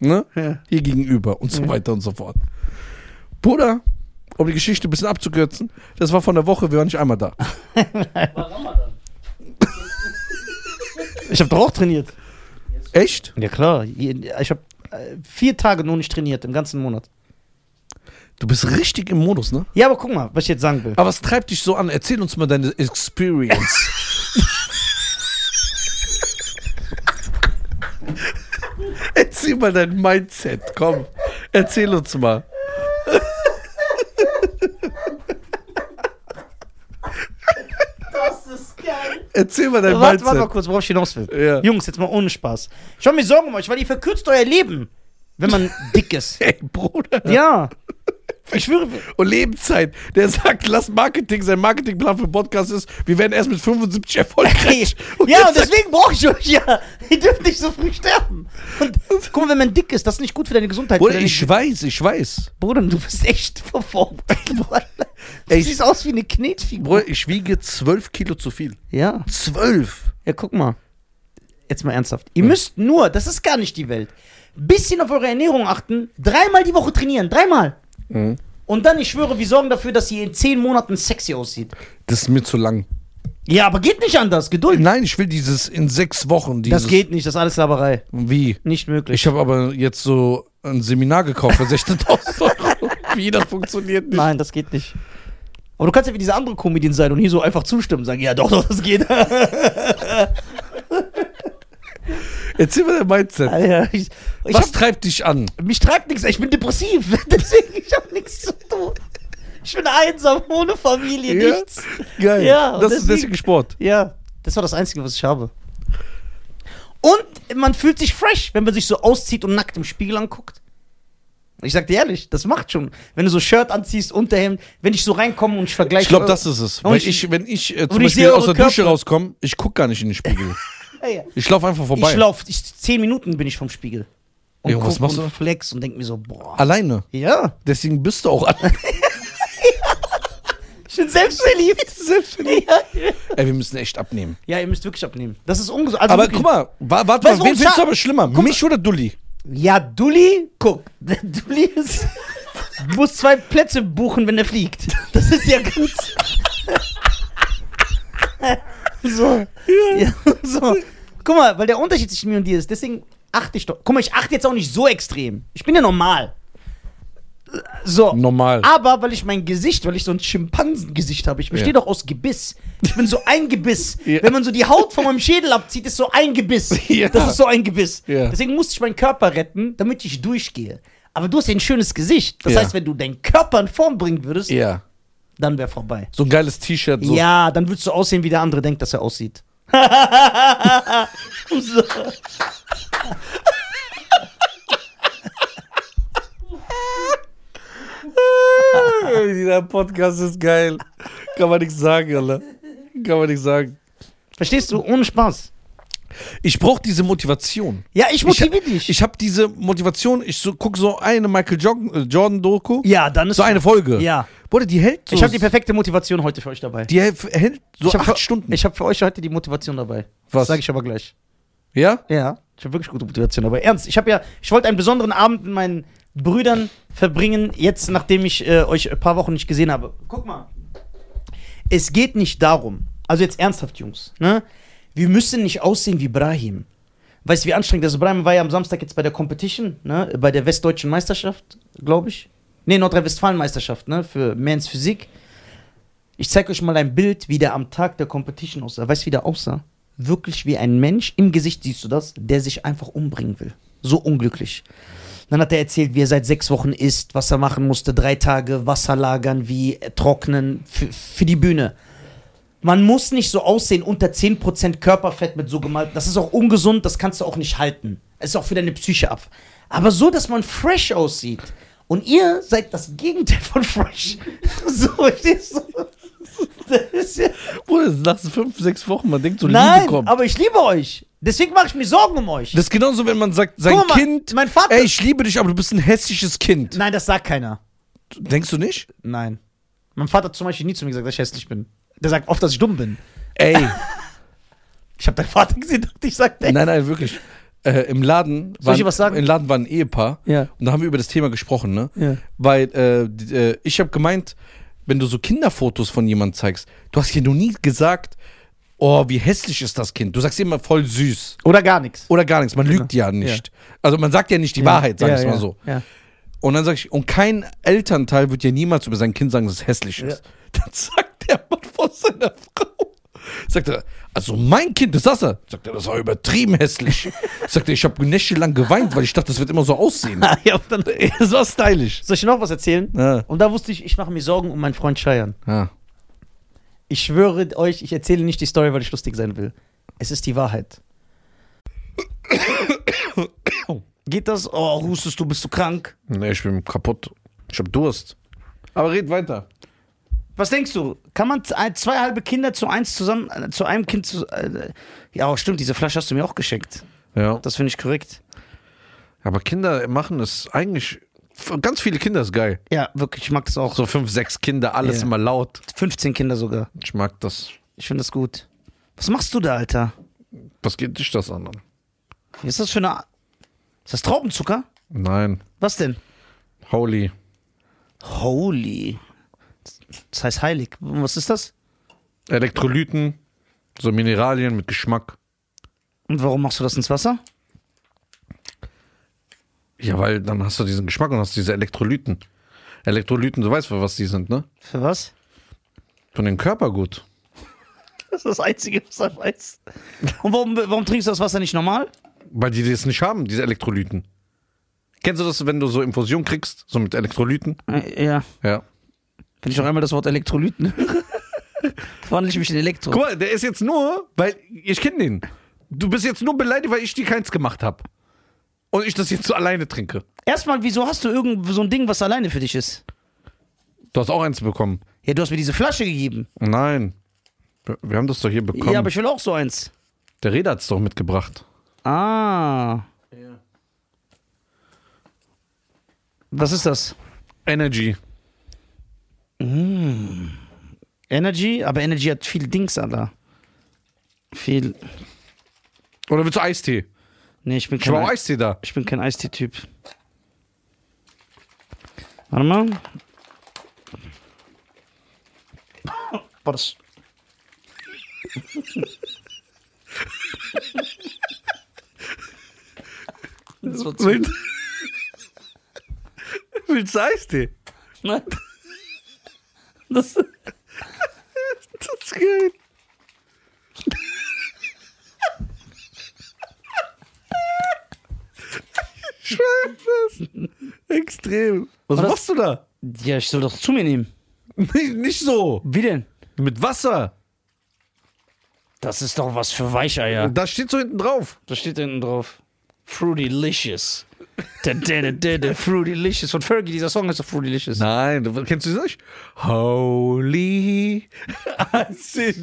Speaker 1: ne?
Speaker 2: Ja.
Speaker 1: Hier gegenüber und so weiter und so fort. Bruder, um die Geschichte ein bisschen abzukürzen, das war von der Woche, wir waren nicht einmal da.
Speaker 3: War Ramadan.
Speaker 2: Ich habe doch auch trainiert.
Speaker 1: Echt?
Speaker 2: Ja klar, ich habe vier Tage nur nicht trainiert im ganzen Monat.
Speaker 1: Du bist richtig im Modus, ne?
Speaker 2: Ja, aber guck mal, was ich jetzt sagen will.
Speaker 1: Aber was treibt dich so an? Erzähl uns mal deine Experience. Erzähl mal dein Mindset, komm. Erzähl uns mal.
Speaker 3: Das ist geil.
Speaker 1: Erzähl mal dein
Speaker 2: Warte,
Speaker 1: Mindset.
Speaker 2: warte mal kurz, worauf ich hinaus will.
Speaker 1: Ja.
Speaker 2: Jungs, jetzt mal ohne Spaß. Ich habe mir Sorgen um euch, weil ihr verkürzt euer Leben, wenn man dick ist.
Speaker 1: Ey, Bruder.
Speaker 2: Ja. Ich schwöre.
Speaker 1: Und Lebenszeit. Der sagt, lass Marketing, sein Marketingplan für Podcast ist, wir werden erst mit 75 erfolgreich.
Speaker 2: ja,
Speaker 1: jetzt
Speaker 2: und
Speaker 1: sagt-
Speaker 2: deswegen brauche ich euch ja. Ihr dürft nicht so früh sterben. Und guck mal, wenn man dick ist, das ist nicht gut für deine Gesundheit. für
Speaker 1: Bruder,
Speaker 2: deine
Speaker 1: ich weiß, ich weiß.
Speaker 2: Bruder, du bist echt verformt. Du
Speaker 1: Ey,
Speaker 2: siehst aus wie eine Knetfigur.
Speaker 1: Bruder, ich wiege 12 Kilo zu viel.
Speaker 2: Ja.
Speaker 1: 12?
Speaker 2: Ja, guck mal. Jetzt mal ernsthaft. Ihr müsst nur, das ist gar nicht die Welt, bisschen auf eure Ernährung achten, dreimal die Woche trainieren, dreimal. Mhm. Und dann, ich schwöre, wir sorgen dafür, dass ihr in zehn Monaten sexy aussieht.
Speaker 1: Das ist mir zu lang.
Speaker 2: Ja, aber geht nicht anders, Geduld.
Speaker 1: Nein, ich will dieses in sechs Wochen. Dieses,
Speaker 2: Das geht nicht, das ist alles Laberei.
Speaker 1: Wie?
Speaker 2: Nicht möglich.
Speaker 1: Ich habe aber jetzt so ein Seminar gekauft für 16.000 Euro. Wie, das funktioniert nicht.
Speaker 2: Nein, das geht nicht. Aber du kannst ja wie diese andere Comedian sein und hier so einfach zustimmen, sagen, ja doch, doch, das geht.
Speaker 1: Erzähl mal dein Mindset.
Speaker 2: Alter, ich, ich
Speaker 1: Was
Speaker 2: hab,
Speaker 1: treibt dich an?
Speaker 2: mich treibt nichts, ich bin depressiv, deswegen, ich habe nichts zu tun. Ich bin einsam, ohne Familie,
Speaker 1: Ja.
Speaker 2: nichts.
Speaker 1: Geil.
Speaker 2: Ja, und
Speaker 1: das ist
Speaker 2: deswegen-
Speaker 1: deswegen Sport.
Speaker 2: Ja, das war das Einzige, was ich habe. Und man fühlt sich fresh, wenn man sich so auszieht und nackt im Spiegel anguckt. Ich sag dir ehrlich, das macht schon. Wenn du so Shirt anziehst, Unterhemd, wenn ich so reinkomme und ich vergleiche.
Speaker 1: Ich glaube, das ist es.
Speaker 2: Und
Speaker 1: Weil
Speaker 2: ich-
Speaker 1: ich, wenn ich äh, zum
Speaker 2: Und ich
Speaker 1: Beispiel
Speaker 2: sehe
Speaker 1: aus der
Speaker 2: eure
Speaker 1: Dusche
Speaker 2: Körper.
Speaker 1: rauskomme, ich gucke gar nicht in den Spiegel.
Speaker 2: Ja, ja.
Speaker 1: Ich laufe einfach vorbei.
Speaker 2: Ich lauf, ich, zehn Minuten bin ich vom Spiegel. Und
Speaker 1: Jo, was
Speaker 2: guck
Speaker 1: machst
Speaker 2: und
Speaker 1: du?
Speaker 2: flex und denk mir so, boah.
Speaker 1: Alleine.
Speaker 2: Ja,
Speaker 1: Deswegen bist du auch alleine.
Speaker 2: ich bin selbstverliebt. selbstverliebt. Ja.
Speaker 1: Ey, wir müssen echt abnehmen.
Speaker 2: ja, ihr müsst wirklich abnehmen. Das ist ungesund. Also
Speaker 1: aber
Speaker 2: wirklich-
Speaker 1: guck mal, wa warte
Speaker 2: Weißt du,
Speaker 1: mal, wen
Speaker 2: warum
Speaker 1: findest
Speaker 2: Scha-
Speaker 1: du aber schlimmer? mich oder Dulli?
Speaker 2: Ja, Dulli, guck, der Dulli ist, muss zwei Plätze buchen, wenn er fliegt. Das ist ja ganz. so. Ja, so. Guck mal, weil der Unterschied zwischen mir und dir ist, deswegen achte ich doch. Guck mal, ich achte jetzt auch nicht so extrem. Ich bin ja normal. So.
Speaker 1: Normal.
Speaker 2: Aber weil ich mein Gesicht, weil ich so ein Schimpansengesicht habe, ich bestehe
Speaker 1: Ja.
Speaker 2: doch aus Gebiss. Ich bin so ein Gebiss.
Speaker 1: Ja.
Speaker 2: Wenn man so die Haut von meinem Schädel abzieht, ist so ein Gebiss.
Speaker 1: Ja.
Speaker 2: Das ist so ein Gebiss.
Speaker 1: Ja.
Speaker 2: Deswegen musste ich meinen Körper retten, damit ich durchgehe. Aber du hast ja ein schönes Gesicht. Das
Speaker 1: Ja.
Speaker 2: heißt, wenn du deinen Körper in Form bringen würdest,
Speaker 1: Ja.
Speaker 2: dann wäre vorbei.
Speaker 1: So ein geiles T-Shirt. So.
Speaker 2: Ja, dann würdest du aussehen, wie der andere denkt, dass er aussieht. so.
Speaker 1: Ey, Dieser Podcast ist geil. Kann man nichts sagen, Alter. Kann man nichts sagen.
Speaker 2: Verstehst du? Ohne Spaß.
Speaker 1: Ich brauche diese Motivation.
Speaker 2: Ja, ich motiviere
Speaker 1: ich,
Speaker 2: dich.
Speaker 1: Ich habe diese Motivation. Ich so, guck so eine Michael Jordan, äh, Jordan Doku.
Speaker 2: ja, dann ist
Speaker 1: So eine Folge.
Speaker 2: Ja.
Speaker 1: Bruder, die hält so.
Speaker 2: Ich habe die perfekte Motivation heute für euch dabei.
Speaker 1: Die hält- hält so
Speaker 2: ich hab
Speaker 1: acht
Speaker 2: für,
Speaker 1: Stunden.
Speaker 2: Ich habe für euch heute die Motivation dabei.
Speaker 1: Was?
Speaker 2: Sage ich aber gleich.
Speaker 1: ja?
Speaker 2: Ja, ich habe wirklich gute Motivation. Aber ernst, ich habe ja, ich wollte einen besonderen Abend mit meinen Brüdern verbringen, jetzt nachdem ich äh, euch ein paar Wochen nicht gesehen habe. Guck mal, es geht nicht darum. Also jetzt ernsthaft, Jungs. Ne? Wir müssen nicht aussehen wie Brahim. Weißt du, wie anstrengend das ist? Brahim war ja am Samstag jetzt bei der Competition, ne? bei der Westdeutschen Meisterschaft, glaube ich. Ne, Nordrhein-Westfalen-Meisterschaft, ne? für Mans Physik. Ich zeige euch mal ein Bild, wie der am Tag der Competition aussah. Weißt du, wie der aussah? Wirklich wie ein Mensch, im Gesicht siehst du das, der sich einfach umbringen will. So unglücklich. Dann hat er erzählt, wie er seit sechs Wochen isst, was er machen musste, drei Tage Wasser lagern, wie äh, trocknen, für, für die Bühne. Man muss nicht so aussehen, unter 10% Körperfett mit so gemalt. Das ist auch ungesund, das kannst du auch nicht halten. Es ist auch für deine Psyche ab. Aber so, dass man fresh aussieht. Und ihr seid das Gegenteil von fresh. So, verstehst du? Das ist ja
Speaker 1: Bruder, nach fünf, sechs Wochen, man denkt so,
Speaker 2: Nein,
Speaker 1: Liebe kommt.
Speaker 2: aber ich liebe euch. Deswegen mache ich mir Sorgen um euch.
Speaker 1: das ist genauso, wenn man sagt, sein
Speaker 2: Guck mal,
Speaker 1: Kind.
Speaker 2: mein Vater-
Speaker 1: Ey, ich liebe dich, aber du bist ein hässliches Kind.
Speaker 2: Nein, das sagt keiner.
Speaker 1: Denkst du nicht?
Speaker 2: Nein. Mein Vater hat zum Beispiel nie zu mir gesagt, dass ich hässlich bin. Der sagt oft, dass ich dumm bin.
Speaker 1: Ey.
Speaker 2: Ich habe deinen Vater gesehen und ich sag, ey,
Speaker 1: Nein, nein, wirklich. äh, im Laden
Speaker 2: Soll ich dir was sagen?
Speaker 1: im Laden war ein Ehepaar
Speaker 2: Ja.
Speaker 1: und da haben wir über das Thema gesprochen, ne?
Speaker 2: Ja.
Speaker 1: Weil äh, die- äh, ich habe gemeint, wenn du so Kinderfotos von jemandem zeigst, du hast ja noch nie gesagt, oh, wie hässlich ist das Kind. Du sagst immer voll süß
Speaker 2: Oder gar nichts.
Speaker 1: oder gar nichts. Man lügt ja nicht. Also man sagt ja nicht die Wahrheit, sag ich mal so.
Speaker 2: Genau. Ja.
Speaker 1: Und dann sage ich, und kein Elternteil wird ja niemals über sein Kind sagen, dass es hässlich ist. Dann sagt der Mann vor seiner Frau. Sagt er, also mein Kind, das saß er. Sagt er, das war übertrieben hässlich. sagt er, ich habe nächtelang geweint, weil ich dachte, das wird immer so aussehen.
Speaker 2: ja und dann, soll
Speaker 1: das war stylisch.
Speaker 2: ich dir noch was erzählen?
Speaker 1: Ja.
Speaker 2: Und da wusste ich, ich mache mir Sorgen um meinen Freund Scheiern.
Speaker 1: Ja.
Speaker 2: Ich schwöre euch, ich erzähle nicht die Story, weil ich lustig sein will. Es ist die Wahrheit. Geht das? Oh, hustest du, bist du krank?
Speaker 1: Nee, ich bin kaputt. Ich habe Durst. Aber red weiter.
Speaker 2: Was denkst du? Kann man z- ein- zwei halbe Kinder zu eins zusammen, äh, zu einem Kind zu. Äh, ja, stimmt, diese Flasche hast du mir auch geschenkt.
Speaker 1: Ja.
Speaker 2: Das finde ich korrekt.
Speaker 1: Aber Kinder machen es eigentlich. Ganz viele Kinder ist geil.
Speaker 2: Ja, wirklich, ich mag das auch.
Speaker 1: So fünf, sechs Kinder, alles
Speaker 2: Ja.
Speaker 1: immer laut.
Speaker 2: 15 Kinder sogar.
Speaker 1: Ich mag das.
Speaker 2: Ich finde das gut. Was machst du da, Alter?
Speaker 1: Was geht dich das an?
Speaker 2: Was ist das für eine. Ist das Traubenzucker?
Speaker 1: Nein.
Speaker 2: Was denn?
Speaker 1: Holy.
Speaker 2: Holy. Das heißt heilig. Was ist das?
Speaker 1: Elektrolyten, so Mineralien mit Geschmack.
Speaker 2: Und warum machst du das ins Wasser?
Speaker 1: Ja, weil dann hast du diesen Geschmack und hast diese Elektrolyten. Elektrolyten, du weißt, für was die sind, ne?
Speaker 2: Für was?
Speaker 1: Für den Körper gut.
Speaker 2: Das ist das Einzige, was er weiß. Und warum, warum trinkst du das Wasser nicht normal?
Speaker 1: Weil die das nicht haben, diese Elektrolyten. Kennst du das, wenn du so Infusion kriegst, so mit Elektrolyten?
Speaker 2: Äh, Ja.
Speaker 1: Ja.
Speaker 2: Wenn ich noch einmal das Wort Elektrolyten höre, wandle ich mich in Elektro.
Speaker 1: Guck mal, der ist jetzt nur, weil ich kenne den. Du bist jetzt nur beleidigt, weil ich dir keins gemacht habe. Und ich das jetzt so alleine trinke.
Speaker 2: Erstmal, wieso hast du irgend so ein Ding, was alleine für dich ist?
Speaker 1: Du hast auch eins bekommen.
Speaker 2: Ja, du hast mir diese Flasche gegeben.
Speaker 1: Nein. Wir- Wir haben das doch hier bekommen.
Speaker 2: Ja, aber ich will auch so eins.
Speaker 1: der Reda hat es doch mitgebracht.
Speaker 2: Ah. Was ist das?
Speaker 1: Energy.
Speaker 2: Energy? Aber Energy hat viel Dings, Alter. Viel.
Speaker 1: Oder willst du Eistee?
Speaker 2: Nee, ich bin
Speaker 1: Ich
Speaker 2: kein,
Speaker 1: war
Speaker 2: Ei-
Speaker 1: Eistee da.
Speaker 2: ich bin kein Eistee-Typ. Warte mal. Boah, das. das war zu
Speaker 1: Willst, willst du Eistee?
Speaker 2: Nein. Das,
Speaker 1: Das ist geil. Ich weiß das. Extrem. Was
Speaker 2: Aber das-
Speaker 1: machst du da?
Speaker 2: ja, ich soll doch zu mir nehmen.
Speaker 1: Nicht, nicht so.
Speaker 2: Wie denn?
Speaker 1: Mit Wasser.
Speaker 2: Das ist doch was für Weicheier.
Speaker 1: Da steht so hinten drauf.
Speaker 2: Da steht hinten drauf. Fruitylicious. Der, der, der, der, der Fruitylicious. Von Fergie, dieser Song heißt doch Fruitylicious.
Speaker 1: Nein, du- kennst du das nicht? Holy.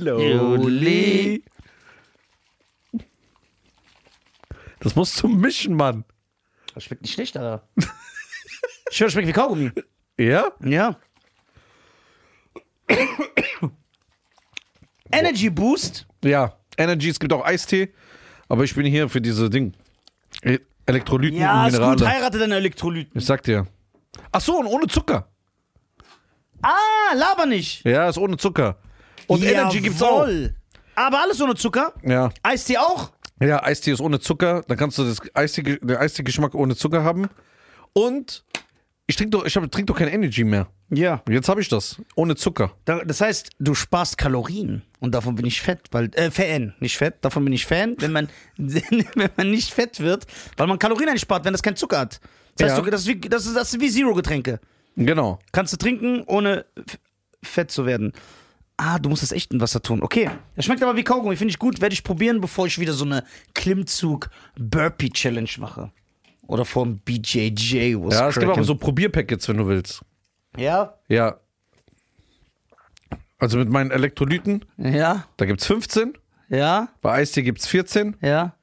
Speaker 1: Holy. Das musst du mischen, Mann.
Speaker 2: Das schmeckt nicht schlecht, Alter. Ich höre, schmeckt wie Kaugummi.
Speaker 1: Ja?
Speaker 2: Ja. Energy Boost.
Speaker 1: Ja, Energy, es gibt auch Eistee, aber ich bin hier für diese Ding. E- Elektrolyten
Speaker 2: Ja,
Speaker 1: und
Speaker 2: ist gut.
Speaker 1: Minerale.
Speaker 2: Heirate deine Elektrolyten.
Speaker 1: Ich sag dir. Ach so, und ohne Zucker.
Speaker 2: Ah, laber nicht.
Speaker 1: Ja, ist ohne Zucker. Und Energy gibt's auch.
Speaker 2: Jawohl. Aber alles ohne Zucker.
Speaker 1: Ja.
Speaker 2: Eistee auch.
Speaker 1: ja, Eistee ist ohne Zucker. Dann kannst du das Eistee, den Eistee-Geschmack ohne Zucker haben. Und ich trinke doch, ich hab- trink doch kein Energy mehr.
Speaker 2: Ja.
Speaker 1: Jetzt habe ich das. Ohne Zucker.
Speaker 2: Da- Das heißt, du sparst Kalorien und davon bin ich fett, weil äh, Fan, nicht fett, davon bin ich Fan, wenn man wenn man nicht fett wird, weil man Kalorien einspart, wenn das kein Zucker hat. Das heißt,
Speaker 1: Ja.
Speaker 2: du- das ist wie das ist, das ist wie Zero Getränke.
Speaker 1: Genau.
Speaker 2: Kannst du trinken ohne f- fett zu werden. Ah, du musst das echt in Wasser tun. Okay. Das schmeckt aber wie Kaugummi, finde ich gut, werde ich probieren, bevor ich wieder so eine Klimmzug Burpee Challenge mache. Oder vom BJJ. was
Speaker 1: Ja, es gibt
Speaker 2: crackin'.
Speaker 1: aber so Probierpackets, wenn du willst.
Speaker 2: Ja?
Speaker 1: Ja. Also mit meinen Elektrolyten,
Speaker 2: Ja?
Speaker 1: da gibt's 15.
Speaker 2: Ja?
Speaker 1: Bei Eistee gibt's 14.
Speaker 2: Ja?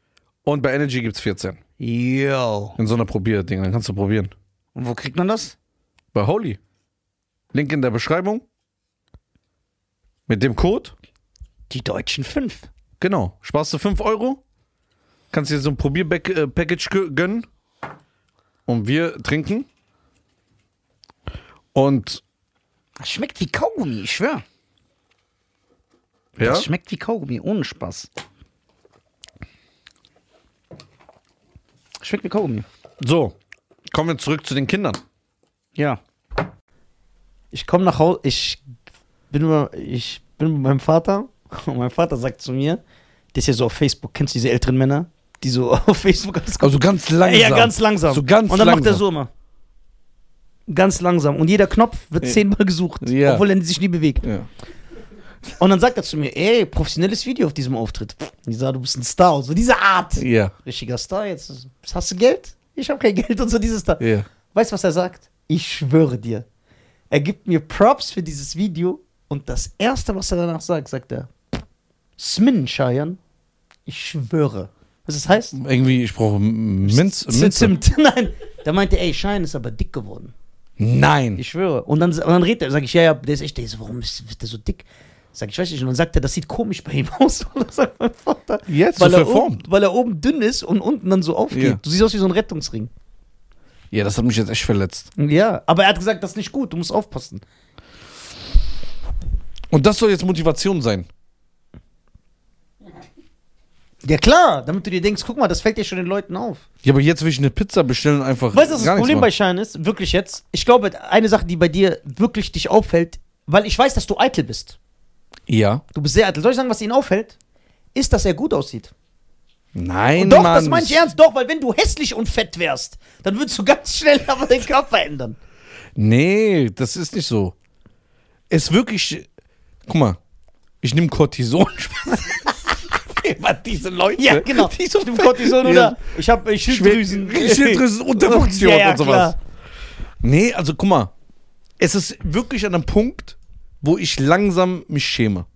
Speaker 1: Und bei Energy gibt's 14.
Speaker 2: Yo.
Speaker 1: In so einer Probierding, dann kannst du probieren.
Speaker 2: Und wo kriegt man das?
Speaker 1: Bei Holy. Link in der Beschreibung. Mit dem Code.
Speaker 2: Die deutschen fünf.
Speaker 1: Genau. Sparst du 5 Euro. kannst dir so ein Probier-Package gönnen und wir trinken. Und
Speaker 2: Das schmeckt wie Kaugummi, ich schwör.
Speaker 1: ja,
Speaker 2: Das schmeckt wie Kaugummi, ohne Spaß. Schmeckt wie Kaugummi.
Speaker 1: so, kommen wir zurück zu den Kindern.
Speaker 2: Ja. Ich komme nach Hause, ich bin, bei- ich bin mit meinem Vater und mein Vater sagt zu mir, der ist ja so auf Facebook, kennst du diese älteren Männer, die so auf Facebook alles
Speaker 1: Also ganz langsam.
Speaker 2: Ja, ganz langsam.
Speaker 1: So ganz
Speaker 2: und dann macht er
Speaker 1: langsam.
Speaker 2: so immer. Ganz langsam. Und jeder Knopf wird
Speaker 1: Ja.
Speaker 2: zehnmal gesucht,
Speaker 1: Ja.
Speaker 2: obwohl er sich nie bewegt.
Speaker 1: Ja.
Speaker 2: Und dann sagt er zu mir, ey, professionelles Video auf diesem Auftritt. Ich sage, du bist ein Star und so, diese Art.
Speaker 1: ja,
Speaker 2: Richtiger Star, jetzt hast du Geld? Ich habe kein Geld und so, dieses Star.
Speaker 1: ja.
Speaker 2: Weißt du, was er sagt? Ich schwöre dir. Er gibt mir Props für dieses Video und das Erste, was er danach sagt, sagt er: Smin Scheiern, ich schwöre. Was das heißt?
Speaker 1: Irgendwie, ich brauche Minz,
Speaker 2: Z-
Speaker 1: Minze.
Speaker 2: Zimt. Nein. Da meinte er, ey, Schein ist aber dick geworden.
Speaker 1: Nein.
Speaker 2: Ich schwöre. Und dann, und dann redet er, sag ich, ja, ja, der ist echt, der ist, warum ist, wird der so dick? Sag ich, weiß nicht. Und dann sagt er, das sieht komisch bei ihm aus. Und dann sagt mein Vater,
Speaker 1: Jetzt,
Speaker 2: weil,
Speaker 1: so
Speaker 2: er oben,
Speaker 1: verformt.
Speaker 2: weil er oben dünn ist und unten dann so aufgeht.
Speaker 1: Ja.
Speaker 2: Du siehst aus wie so ein Rettungsring.
Speaker 1: Ja, das hat mich jetzt echt verletzt.
Speaker 2: Ja, aber er hat gesagt, das ist nicht gut, du musst aufpassen.
Speaker 1: Und das soll jetzt Motivation sein.
Speaker 2: Ja klar, damit du dir denkst, guck mal, das fällt ja schon den Leuten auf.
Speaker 1: Ja, aber jetzt will ich eine Pizza bestellen und einfach.
Speaker 2: Weißt du, was
Speaker 1: gar nichts
Speaker 2: das Problem bei
Speaker 1: machen.
Speaker 2: Schein ist? Wirklich jetzt. Ich glaube, eine Sache, die bei dir wirklich dich auffällt, weil ich weiß, dass du eitel bist.
Speaker 1: Ja.
Speaker 2: Du bist sehr eitel. Soll ich sagen, was ihn auffällt? Ist, dass er gut aussieht.
Speaker 1: Nein,
Speaker 2: doch,
Speaker 1: Mann.
Speaker 2: das meine ich ernst. Doch, weil wenn du hässlich und fett wärst, dann würdest du ganz schnell aber den Körper ändern.
Speaker 1: Nee, das ist nicht so. Es ist wirklich. Guck mal, ich nehme Cortison. Was diese Leute.
Speaker 2: Ja, genau. Die ist auf dem Cortison,
Speaker 1: Äh, Ja.
Speaker 2: oder? Ich habe äh, Schilddrüsen.
Speaker 1: Schilddrüsenunterfunktion
Speaker 2: Ja, ja,
Speaker 1: und sowas.
Speaker 2: klar.
Speaker 1: Nee, also guck mal. Es ist wirklich an einem Punkt, wo ich langsam mich schäme.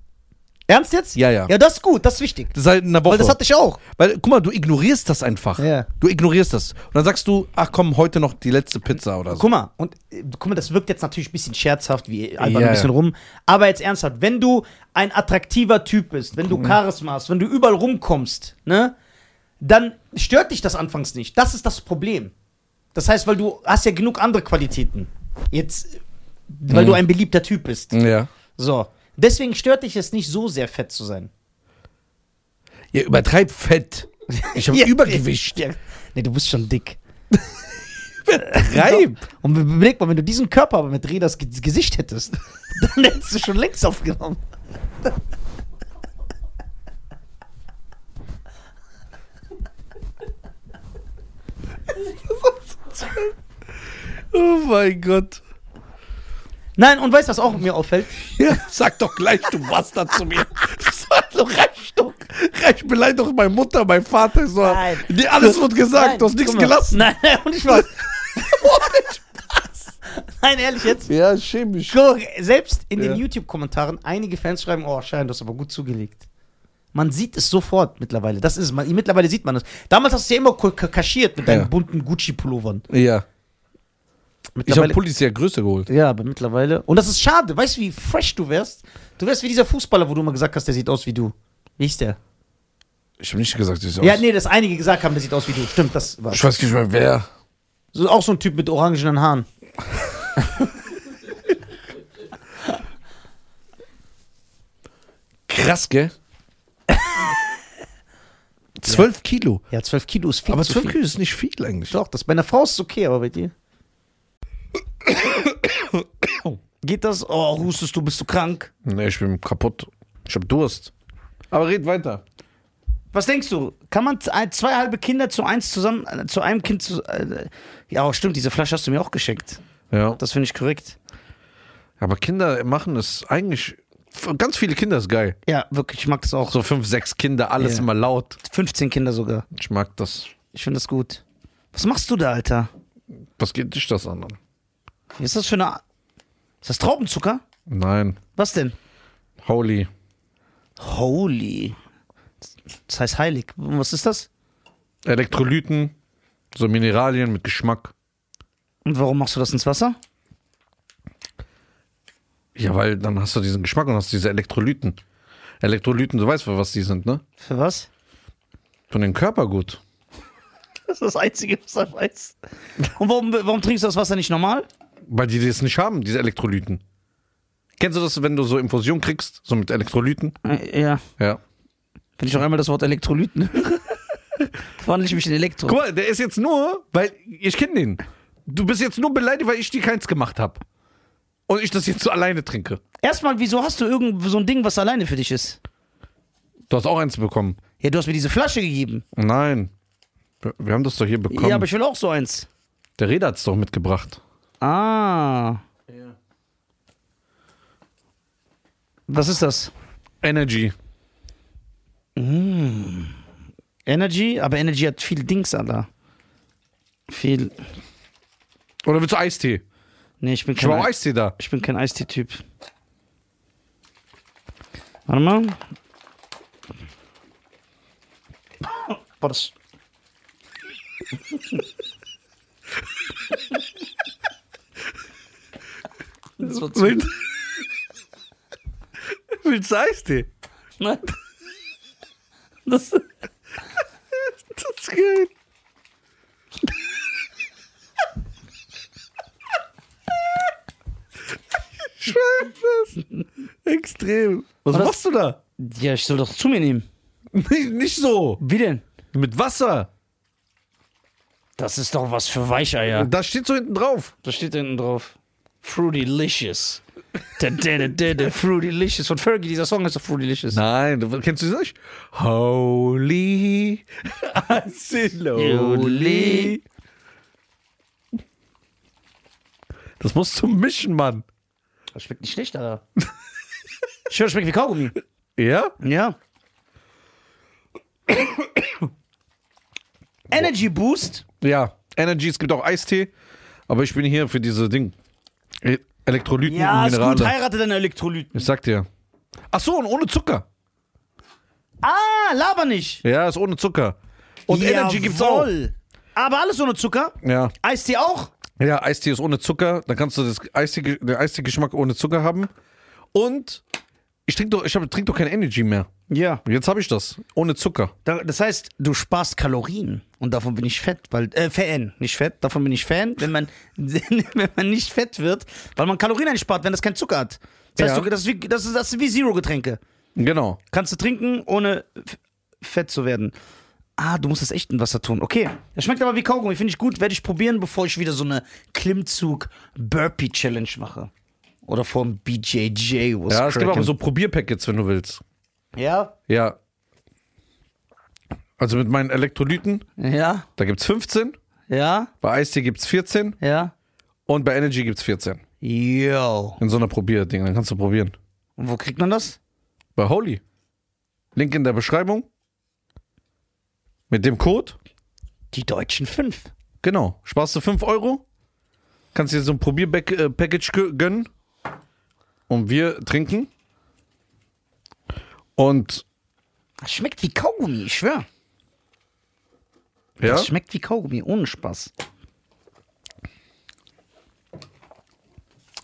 Speaker 2: Ernst jetzt?
Speaker 1: Ja, ja.
Speaker 2: Ja, das ist gut, das ist wichtig.
Speaker 1: Seit einer Woche.
Speaker 2: Weil das hatte ich auch.
Speaker 1: Weil, guck mal, du ignorierst das einfach.
Speaker 2: Ja.
Speaker 1: Du ignorierst das. Und dann sagst du, ach komm, heute noch die letzte Pizza oder so.
Speaker 2: Guck mal, und äh, guck mal, das wirkt jetzt natürlich ein bisschen scherzhaft, wie einfach
Speaker 1: Ja,
Speaker 2: ein bisschen
Speaker 1: ja.
Speaker 2: rum. Aber jetzt ernsthaft, wenn du ein attraktiver Typ bist, wenn du Charisma hast, wenn du überall rumkommst, ne, dann stört dich das anfangs nicht. Das ist das Problem. Das heißt, weil du hast ja genug andere Qualitäten. Jetzt, äh, weil
Speaker 1: Mhm.
Speaker 2: du ein beliebter Typ bist.
Speaker 1: Ja.
Speaker 2: So. Deswegen stört dich es nicht so sehr, fett zu sein.
Speaker 1: Ja, übertreib fett. Ich habe
Speaker 2: Ja.
Speaker 1: Übergewicht.
Speaker 2: Ja. Nee, du bist schon dick.
Speaker 1: Reib.
Speaker 2: Und be- überleg mal, wenn du diesen Körper aber mit Redas Ge- Gesicht hättest, dann hättest du schon längst aufgenommen.
Speaker 1: Oh mein Gott.
Speaker 2: Nein, und weißt du, was auch mir auffällt?
Speaker 1: Ja, sag doch gleich, du Bastard zu mir. Sag doch, reich doch. Reich beleidigt doch meine Mutter, mein Vater. So.
Speaker 2: Nein.
Speaker 1: Nee, alles wird gesagt,
Speaker 2: Nein,
Speaker 1: du hast nichts
Speaker 2: guck mal.
Speaker 1: gelassen.
Speaker 2: Nein, und ich war. Nein, ehrlich jetzt.
Speaker 1: Ja, chemisch.
Speaker 2: Guck, selbst in den
Speaker 1: Ja.
Speaker 2: YouTube-Kommentaren, einige Fans schreiben, oh, Schein, du hast aber gut zugelegt. Man sieht es sofort mittlerweile. Das ist es. Man, mittlerweile sieht man es. Damals hast du es ja immer ko- ka- kaschiert mit deinen
Speaker 1: Ja.
Speaker 2: bunten Gucci-Pullovern.
Speaker 1: Ja. Ich habe
Speaker 2: Mittlerweile.
Speaker 1: Pullis ja größer geholt.
Speaker 2: ja, aber mittlerweile. Und das ist schade. Weißt du, wie fresh du wärst? Du wärst wie dieser Fußballer, wo du mal gesagt hast, der sieht aus wie du. Wie ist der?
Speaker 1: Ich habe nicht gesagt, ich
Speaker 2: Ja, nee, dass einige gesagt haben, der sieht aus wie du. Stimmt, das war.
Speaker 1: Ich weiß nicht mehr, wer.
Speaker 2: So, auch so ein Typ mit orangenen Haaren.
Speaker 1: Krass, gell? 12 Kilo.
Speaker 2: Ja, 12 Kilo ist viel
Speaker 1: Aber
Speaker 2: zu
Speaker 1: 12
Speaker 2: viel.
Speaker 1: Kilo ist nicht viel eigentlich.
Speaker 2: Doch, das bei einer Frau ist okay, aber bei dir. Geht das? Oh, hustest du, bist du krank?
Speaker 1: Nee, ich bin kaputt. Ich habe Durst. Aber red weiter.
Speaker 2: Was denkst du? Kann man z- ein- zwei halbe Kinder zu eins zusammen, äh, zu einem Kind zu. Äh, ja, stimmt, diese Flasche hast du mir auch geschenkt.
Speaker 1: Ja.
Speaker 2: Das finde ich korrekt.
Speaker 1: Aber Kinder machen es eigentlich. Ganz viele Kinder ist geil.
Speaker 2: Ja, wirklich, ich mag das auch.
Speaker 1: So fünf, sechs Kinder, alles
Speaker 2: Ja.
Speaker 1: immer laut.
Speaker 2: 15 Kinder sogar.
Speaker 1: Ich mag das.
Speaker 2: Ich finde das gut. Was machst du da, Alter?
Speaker 1: Was geht dich das an?
Speaker 2: Was ist das für eine. A- Ist das Traubenzucker?
Speaker 1: Nein.
Speaker 2: Was denn?
Speaker 1: Holy.
Speaker 2: Holy. Das heißt heilig. Was ist das?
Speaker 1: Elektrolyten, so Mineralien mit Geschmack.
Speaker 2: Und warum machst du das ins Wasser?
Speaker 1: Ja, weil dann hast du diesen Geschmack und hast diese Elektrolyten. Elektrolyten, du weißt, für was die sind, ne?
Speaker 2: Für was?
Speaker 1: Von dem Körper gut.
Speaker 2: Das ist das Einzige, was er weiß. Und warum, warum trinkst du das Wasser nicht normal?
Speaker 1: Weil die das nicht haben, diese Elektrolyten. Kennst du das, wenn du so Infusion kriegst, so mit Elektrolyten?
Speaker 2: Ja.
Speaker 1: Ja.
Speaker 2: Wenn ich noch einmal das Wort Elektrolyten höre, wandle ich mich in Elektro.
Speaker 1: Guck mal, der ist jetzt nur, weil ich kenne den. Du bist jetzt nur beleidigt, weil ich dir keins gemacht habe. Und ich das jetzt so alleine trinke.
Speaker 2: Erstmal, wieso hast du irgend so ein Ding, was alleine für dich ist?
Speaker 1: Du hast auch eins bekommen.
Speaker 2: Ja, du hast mir diese Flasche gegeben.
Speaker 1: Nein. Wir- Wir haben das doch hier bekommen.
Speaker 2: Ja, aber ich will auch so eins.
Speaker 1: der Reda hat's doch mitgebracht.
Speaker 2: Ah. Was ist das?
Speaker 1: Energy.
Speaker 2: Energy? Aber Energy hat viel Dings, Alter. Viel.
Speaker 1: Oder willst du Eistee?
Speaker 2: Nee, ich bin
Speaker 1: Ich habe auch
Speaker 2: kein,
Speaker 1: Eistee da.
Speaker 2: ich bin kein Eistee-Typ. Warte mal. Boah, das. das war zu.
Speaker 1: Willst, willst du Eistee?
Speaker 2: Nein. Das.
Speaker 1: Das ist geil. Ich schwör das. Extrem. Was
Speaker 2: Aber das-
Speaker 1: machst du da?
Speaker 2: Ja, ich soll doch zu mir nehmen.
Speaker 1: Nicht, nicht so.
Speaker 2: Wie denn?
Speaker 1: Mit Wasser.
Speaker 2: Das ist doch was für Weicheier.
Speaker 1: Da steht so hinten drauf.
Speaker 2: Da steht hinten drauf. Fruitylicious. Der, der, der, der, der Fruitylicious. Von Fergie, dieser Song ist doch Fruitylicious.
Speaker 1: Nein, du- kennst du das nicht? Holy. Holy. Das musst du mischen, Mann.
Speaker 2: Das schmeckt nicht schlecht, Alter. ich höre, das schmeckt wie Kaugummi.
Speaker 1: Ja?
Speaker 2: Ja. Energy Boost.
Speaker 1: Ja, Energy, es gibt auch Eistee, aber ich bin hier für diese Ding. E- Elektrolyten
Speaker 2: Ja,
Speaker 1: und
Speaker 2: ist gut.
Speaker 1: Minerale.
Speaker 2: Heirate deine Elektrolyten.
Speaker 1: Ich sag dir. Ach so, und ohne Zucker.
Speaker 2: Ah, laber nicht.
Speaker 1: Ja, ist ohne Zucker. Und Energy gibt's auch.
Speaker 2: Jawohl. Aber alles ohne Zucker.
Speaker 1: Ja.
Speaker 2: Eistee auch.
Speaker 1: Ja, Eistee ist ohne Zucker, dann kannst du das Eistee, den Eistee-Geschmack ohne Zucker haben. Und ich trinke doch, ich hab, trink doch kein Energy mehr.
Speaker 2: Ja.
Speaker 1: Jetzt habe ich das. Ohne Zucker.
Speaker 2: Da- Das heißt, du sparst Kalorien und davon bin ich fett, weil äh, Fan, nicht fett, davon bin ich Fan, wenn man wenn man nicht fett wird, weil man Kalorien einspart, wenn das kein Zucker hat. Das heißt,
Speaker 1: Ja.
Speaker 2: du, das, ist wie, das, ist, das ist wie Zero Getränke.
Speaker 1: Genau.
Speaker 2: Kannst du trinken, ohne f- fett zu werden. Ah, du musst das echt in Wasser tun. Okay. Das schmeckt aber wie Kaugummi. Finde ich gut. Werde ich probieren, bevor ich wieder so eine Klimmzug-Burpee-Challenge mache. Oder vom BJJ. was
Speaker 1: Ja, es gibt
Speaker 2: cracken.
Speaker 1: auch so Probierpackets, wenn du willst.
Speaker 2: Ja?
Speaker 1: Ja. Also mit meinen Elektrolyten,
Speaker 2: Ja?
Speaker 1: da gibt's 15.
Speaker 2: Ja?
Speaker 1: Bei Eistee gibt's 14
Speaker 2: Ja?
Speaker 1: und bei Energy gibt's 14.
Speaker 2: Yo.
Speaker 1: In so einer Probierding, dann kannst du probieren.
Speaker 2: Und wo kriegt man das?
Speaker 1: Bei Holy. Link in der Beschreibung. Mit dem Code,
Speaker 2: Die deutschen fünf.
Speaker 1: genau, sparst du 5 Euro. Kannst dir so ein Probier-Package gönnen. Und wir trinken. Und
Speaker 2: Das schmeckt wie Kaugummi, ich schwör.
Speaker 1: ja,
Speaker 2: Das schmeckt wie Kaugummi, ohne Spaß.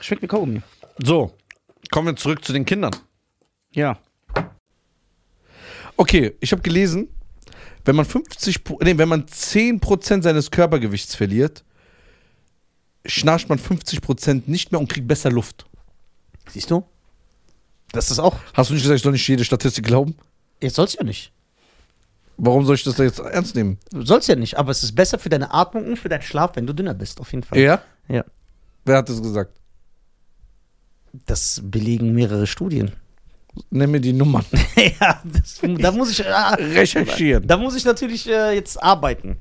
Speaker 2: Schmeckt wie Kaugummi.
Speaker 1: so, kommen wir zurück zu den Kindern.
Speaker 2: Ja.
Speaker 1: Okay, ich habe gelesen, wenn man 50, Pro- nee, wenn man 10% seines Körpergewichts verliert, schnarcht man 50% nicht mehr und kriegt besser Luft.
Speaker 2: Siehst du? Das ist auch.
Speaker 1: Hast du nicht gesagt, ich soll nicht jede Statistik glauben?
Speaker 2: Jetzt soll's ja nicht.
Speaker 1: Warum soll ich das da jetzt ernst nehmen?
Speaker 2: Du sollst ja nicht, aber es ist besser für deine Atmung und für deinen Schlaf, wenn du dünner bist, auf jeden Fall.
Speaker 1: Ja?
Speaker 2: Ja.
Speaker 1: Wer hat das gesagt?
Speaker 2: Das belegen mehrere Studien.
Speaker 1: Nenn mir die Nummern.
Speaker 2: ja, das, da muss ich äh,
Speaker 1: Recherchieren.
Speaker 2: da muss ich natürlich äh, jetzt arbeiten.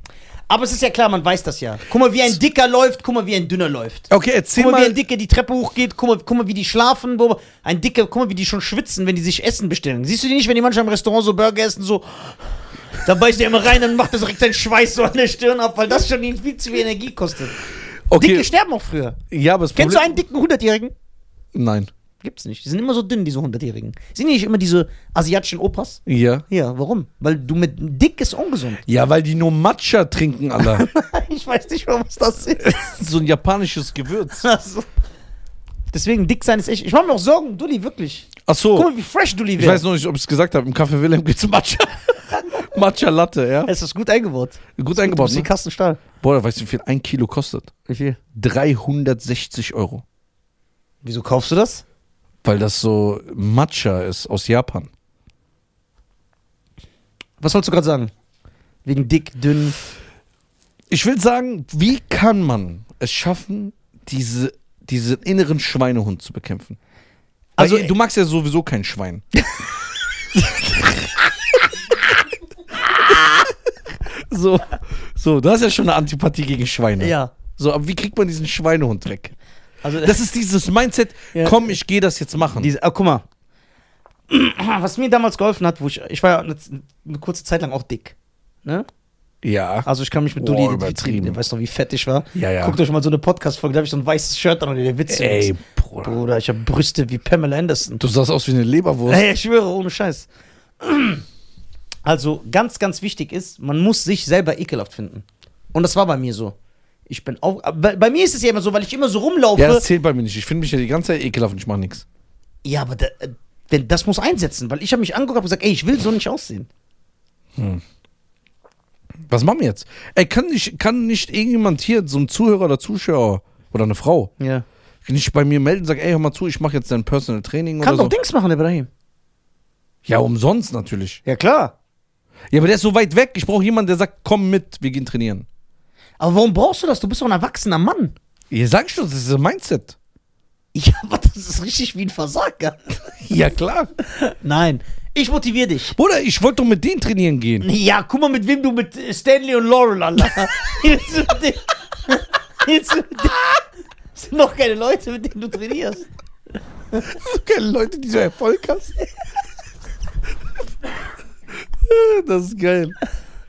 Speaker 2: Aber es ist ja klar, man weiß das ja. Guck mal, wie ein Dicker läuft, guck mal, wie ein Dünner läuft.
Speaker 1: Okay, erzähl
Speaker 2: Guck mal, wie
Speaker 1: mal.
Speaker 2: ein Dicker die Treppe hochgeht, guck mal, guck mal, wie die schlafen, guck mal, ein Dicker, guck mal, wie die schon schwitzen, wenn die sich Essen bestellen. Siehst du die nicht, wenn die manchmal im Restaurant so Burger essen, so, dann beißt der immer rein, dann macht das direkt seinen Schweiß so an der Stirn ab, weil das schon ihnen viel zu viel Energie kostet. Dicke
Speaker 1: Okay.
Speaker 2: sterben auch früher.
Speaker 1: Ja, aber das
Speaker 2: Kennst du
Speaker 1: Problem-
Speaker 2: einen dicken 100-Jährigen?
Speaker 1: Nein.
Speaker 2: Gibt's nicht. Die sind immer so dünn, diese 100-Jährigen. Sind die nicht immer diese asiatischen Opas?
Speaker 1: Ja.
Speaker 2: Ja, warum? Weil du mit dick ist ungesund.
Speaker 1: Ja, weil die nur Matcha trinken, Alter.
Speaker 2: ich weiß nicht, warum es das ist.
Speaker 1: so ein japanisches Gewürz.
Speaker 2: Also, Deswegen, dick sein ist echt. Ich mache mir auch Sorgen, um Dulli, wirklich.
Speaker 1: Ach so.
Speaker 2: Guck mal, wie fresh Dulli
Speaker 1: Oh. Ich
Speaker 2: wäre.
Speaker 1: weiß noch nicht, ob ich es gesagt habe. Im Café Wilhelm gibt's Matcha. Matcha Latte, ja.
Speaker 2: Es ist gut eingebaut.
Speaker 1: Gut eingebaut.
Speaker 2: Eingebaut. Du
Speaker 1: Ne?
Speaker 2: bist Kasten Stahl.
Speaker 1: Boah, weißt du, wie viel ein Kilo kostet?
Speaker 2: Wie viel?
Speaker 1: 360 Euro.
Speaker 2: Wieso kaufst du das?
Speaker 1: Weil das so Matcha ist aus Japan.
Speaker 2: Was wolltest du gerade sagen? Wegen dick, dünn.
Speaker 1: Ich will sagen, wie kann man es schaffen, diese, diesen inneren Schweinehund zu bekämpfen? Also,
Speaker 2: Weil-
Speaker 1: du magst ja sowieso kein Schwein. so, so, du hast ja schon eine Antipathie gegen Schweine.
Speaker 2: Ja.
Speaker 1: So, aber wie kriegt man diesen Schweinehund weg?
Speaker 2: Also,
Speaker 1: Das ist dieses Mindset,
Speaker 2: Ja.
Speaker 1: komm, ich gehe das jetzt machen.
Speaker 2: Diese, ah, guck mal. Was mir damals geholfen hat, wo ich, ich war ja eine, eine kurze Zeit lang auch dick. Ne?
Speaker 1: ja.
Speaker 2: Also ich kann mich mit Dulli
Speaker 1: Boah,
Speaker 2: identifizieren.
Speaker 1: übertrieben.
Speaker 2: Ihr weißt noch, wie fett ich war.
Speaker 1: Ja, ja.
Speaker 2: Guckt euch mal so eine Podcast-Folge, da habe ich so ein weißes Shirt an und der Witz.
Speaker 1: Ey, Bruder.
Speaker 2: Bruder, ich habe Brüste wie Pamela Anderson.
Speaker 1: Du sahst aus wie eine Leberwurst.
Speaker 2: Ey, ich schwöre, ohne Scheiß. Also ganz, ganz wichtig ist, man muss sich selber ekelhaft finden. Und das war bei mir so. Ich bin auch. aber Bei, bei mir ist es ja immer so, weil ich immer so rumlaufe.
Speaker 1: Ja, das zählt bei mir nicht. Ich finde mich ja die ganze Zeit ekelhaft und ich mache nichts.
Speaker 2: Ja, aber da, äh, wenn, das muss einsetzen, weil ich habe mich angeguckt und gesagt, ey, ich will so nicht aussehen.
Speaker 1: Was machen wir jetzt? Ey, kann nicht, kann nicht irgendjemand hier, so ein Zuhörer oder Zuschauer oder eine Frau,
Speaker 2: Ja.
Speaker 1: nicht bei mir melden und sagen, ey, hör mal zu, ich mache jetzt dein Personal Training
Speaker 2: Kann
Speaker 1: oder
Speaker 2: doch
Speaker 1: so?
Speaker 2: Dings machen, Ibrahim.
Speaker 1: Ja, umsonst natürlich.
Speaker 2: Ja, klar.
Speaker 1: Ja, aber der ist so weit weg. Ich brauche jemanden, der sagt, komm mit, wir gehen trainieren.
Speaker 2: Aber warum brauchst du das? Du bist doch ein erwachsener Mann.
Speaker 1: Ja, sag ich schon, das ist ein Mindset.
Speaker 2: Ja, aber das ist richtig wie ein Versager.
Speaker 1: Ja, klar.
Speaker 2: Nein. Ich motiviere dich.
Speaker 1: Bruder, ich wollte doch mit denen trainieren gehen.
Speaker 2: Ja, guck mal, mit wem du mit äh, Stanley und Laurel, Alter. Jetzt mit den, jetzt mit den, sind noch keine Leute, mit denen du trainierst.
Speaker 1: Keine Leute, die so Erfolg hast. Das ist geil.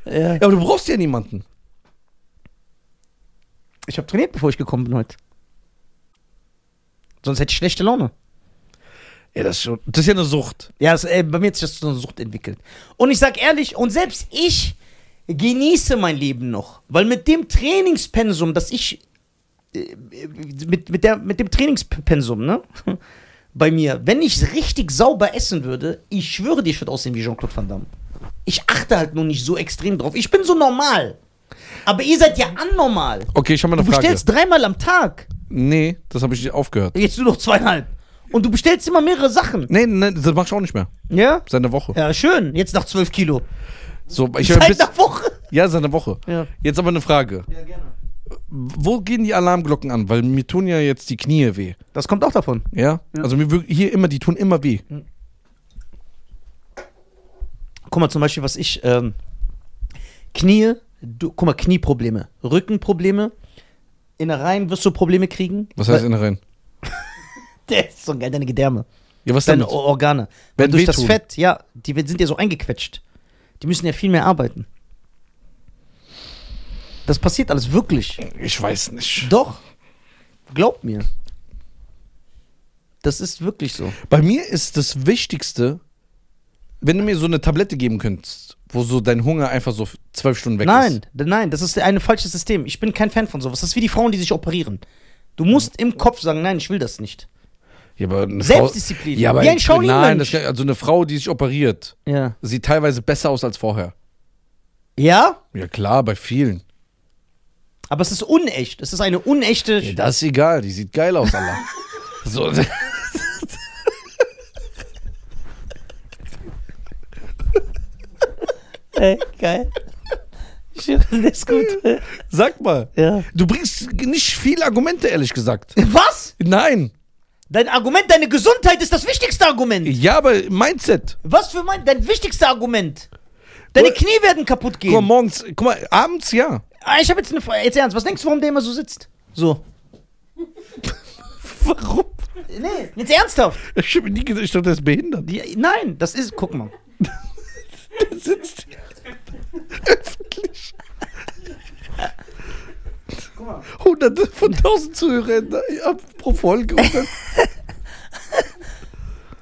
Speaker 2: Ja.
Speaker 1: Ja, aber du brauchst ja niemanden.
Speaker 2: Ich habe trainiert, bevor ich gekommen bin heute. Sonst hätte ich schlechte Laune.
Speaker 1: Ja, das ist, schon, das ist ja eine Sucht.
Speaker 2: Ja, das, äh, bei mir hat sich das zu einer Sucht entwickelt. Und ich sag ehrlich, und selbst ich genieße mein Leben noch. Weil mit dem Trainingspensum, das ich. äh, Mit, mit, der, mit dem Trainingspensum, ne? Bei mir, wenn ich richtig sauber essen würde, ich schwöre dir, ich würde aussehen wie Jean-Claude Van Damme. Ich achte halt nur nicht so extrem drauf. Ich bin so normal. Aber ihr seid ja anormal.
Speaker 1: Okay, ich habe mal eine
Speaker 2: Du
Speaker 1: Frage.
Speaker 2: bestellst dreimal am Tag.
Speaker 1: Nee, das habe ich nicht aufgehört.
Speaker 2: Jetzt nur noch zweieinhalb. Und du bestellst immer mehrere Sachen.
Speaker 1: Nee, nee, das mache ich auch nicht mehr.
Speaker 2: Ja?
Speaker 1: Seit einer Woche.
Speaker 2: Ja, schön. Jetzt nach zwölf Kilo.
Speaker 1: So, ich hab ein
Speaker 2: Seit
Speaker 1: bisschen,
Speaker 2: einer Woche.
Speaker 1: ja, seit einer Woche.
Speaker 2: Ja.
Speaker 1: Jetzt aber eine Frage.
Speaker 3: Ja, gerne.
Speaker 1: Wo gehen die Alarmglocken an? Weil mir tun ja jetzt die Knie weh.
Speaker 2: Das kommt auch davon.
Speaker 1: Ja? Hm. Also mir wirk- hier immer, die tun immer weh.
Speaker 2: Guck mal, zum Beispiel, was ich. Ähm, Knie, du, guck mal, Knieprobleme, Rückenprobleme, Innereien wirst du Probleme kriegen.
Speaker 1: Was heißt Innereien?
Speaker 2: Der ist so geil, deine Gedärme,
Speaker 1: Ja, was denn?
Speaker 2: deine O- Organe. Weil
Speaker 1: Werden
Speaker 2: durch das
Speaker 1: wehtun.
Speaker 2: Fett, ja, die sind ja so eingequetscht. Die müssen ja viel mehr arbeiten. Das passiert alles wirklich.
Speaker 1: Ich weiß nicht.
Speaker 2: Doch. Glaub mir. Das ist wirklich so.
Speaker 1: Bei mir ist das Wichtigste, wenn du mir so eine Tablette geben könntest, wo so dein Hunger einfach so zwölf Stunden weg ist.
Speaker 2: Nein, d- nein, das ist ein falsches System. Ich bin kein Fan von sowas. Das ist wie die Frauen, die sich operieren. Du musst im Kopf sagen, nein, ich will das nicht.
Speaker 1: Ja, aber eine
Speaker 2: Selbstdisziplin.
Speaker 1: Frau, ja, aber
Speaker 2: Wie ein Shaolin-Mönch.
Speaker 1: Nein, das, also eine Frau, die sich operiert,
Speaker 2: Ja.
Speaker 1: sieht teilweise besser aus als vorher.
Speaker 2: Ja?
Speaker 1: Ja klar, bei vielen.
Speaker 2: Aber es ist unecht. Es ist eine unechte.
Speaker 1: Ja, das ist egal, die sieht geil aus, Allah. so.
Speaker 2: Ey, geil. Schön, das ist gut.
Speaker 1: Sag mal,
Speaker 2: Ja.
Speaker 1: du bringst nicht viele Argumente, ehrlich gesagt.
Speaker 2: Was?
Speaker 1: Nein.
Speaker 2: Dein Argument, deine Gesundheit ist das wichtigste Argument.
Speaker 1: Ja, aber Mindset.
Speaker 2: Was für mein, dein wichtigstes Argument? Deine
Speaker 1: Guck-
Speaker 2: Knie werden kaputt
Speaker 1: Guck mal,
Speaker 2: gehen.
Speaker 1: morgens, guck mal, abends ja.
Speaker 2: Ah, Ich habe jetzt eine Frage. Jetzt ernst, was denkst du, warum der immer so sitzt? So.
Speaker 1: Warum?
Speaker 2: Nee, jetzt ernsthaft.
Speaker 1: Ich habe nie gesagt, ich dachte, das ist behindert.
Speaker 2: Die, nein, das ist. Guck mal.
Speaker 1: Der sitzt hier öffentlich.
Speaker 2: Guck mal.
Speaker 1: Hunderte von tausend Zuhörern ja, pro Folge. Und dann,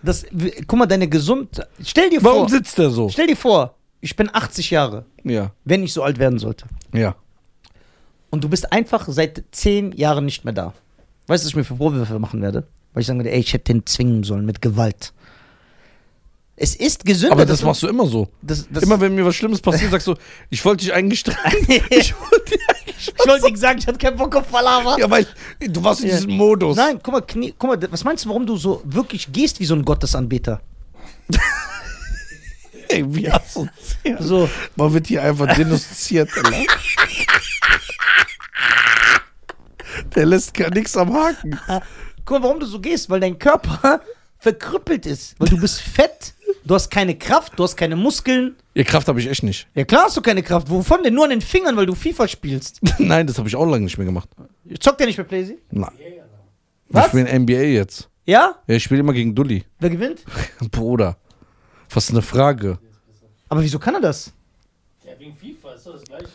Speaker 2: Das, w- guck mal, deine Gesundheit. Stell dir
Speaker 1: warum
Speaker 2: vor,
Speaker 1: sitzt der so?
Speaker 2: stell dir vor, ich bin 80 Jahre,
Speaker 1: Ja,
Speaker 2: wenn ich so alt werden sollte.
Speaker 1: ja.
Speaker 2: Und du bist einfach seit 10 Jahren nicht mehr da. Weißt du, was ich mir für Vorwürfe machen werde? Weil ich sagen würde, ey, ich hätte den zwingen sollen mit Gewalt. Es ist gesünder.
Speaker 1: Aber das,
Speaker 2: dass-
Speaker 1: machst du immer so.
Speaker 2: das, das,
Speaker 1: Immer wenn mir was Schlimmes passiert, sagst du, ich wollte dich eigentlich streiten.
Speaker 2: ich
Speaker 1: Ich wollte dich eigentlich
Speaker 2: wollte nicht sagen, ich hatte keinen Bock auf Palaver.
Speaker 1: ja, weil du warst in
Speaker 2: Ja.
Speaker 1: diesem Modus.
Speaker 2: Nein, guck mal, Knie, guck mal, d- was meinst du, warum du so wirklich gehst wie so ein Gottesanbeter?
Speaker 1: Ey, wie asozial.
Speaker 2: So,
Speaker 1: Man wird hier einfach denunziert, Alter. Der lässt gar nichts am Haken.
Speaker 2: guck mal, warum du so gehst, weil dein Körper verkrüppelt ist, weil du bist fett, du hast keine Kraft, du hast keine Muskeln.
Speaker 1: Ihr Kraft habe ich echt nicht.
Speaker 2: Ja klar hast du keine Kraft, wovon denn? Nur an den Fingern, weil du FIFA spielst.
Speaker 1: Nein, das habe ich auch lange nicht mehr gemacht.
Speaker 2: Zockt der nicht mehr Playsee?
Speaker 1: Nein.
Speaker 2: Was?
Speaker 1: Ich spiele NBA jetzt.
Speaker 2: Ja?
Speaker 1: Ja, ich spiele immer gegen Dulli.
Speaker 2: Wer gewinnt?
Speaker 1: Bruder. Was eine Frage.
Speaker 2: Aber wieso kann er das?
Speaker 3: Ja, wegen FIFA ist doch das gleiche.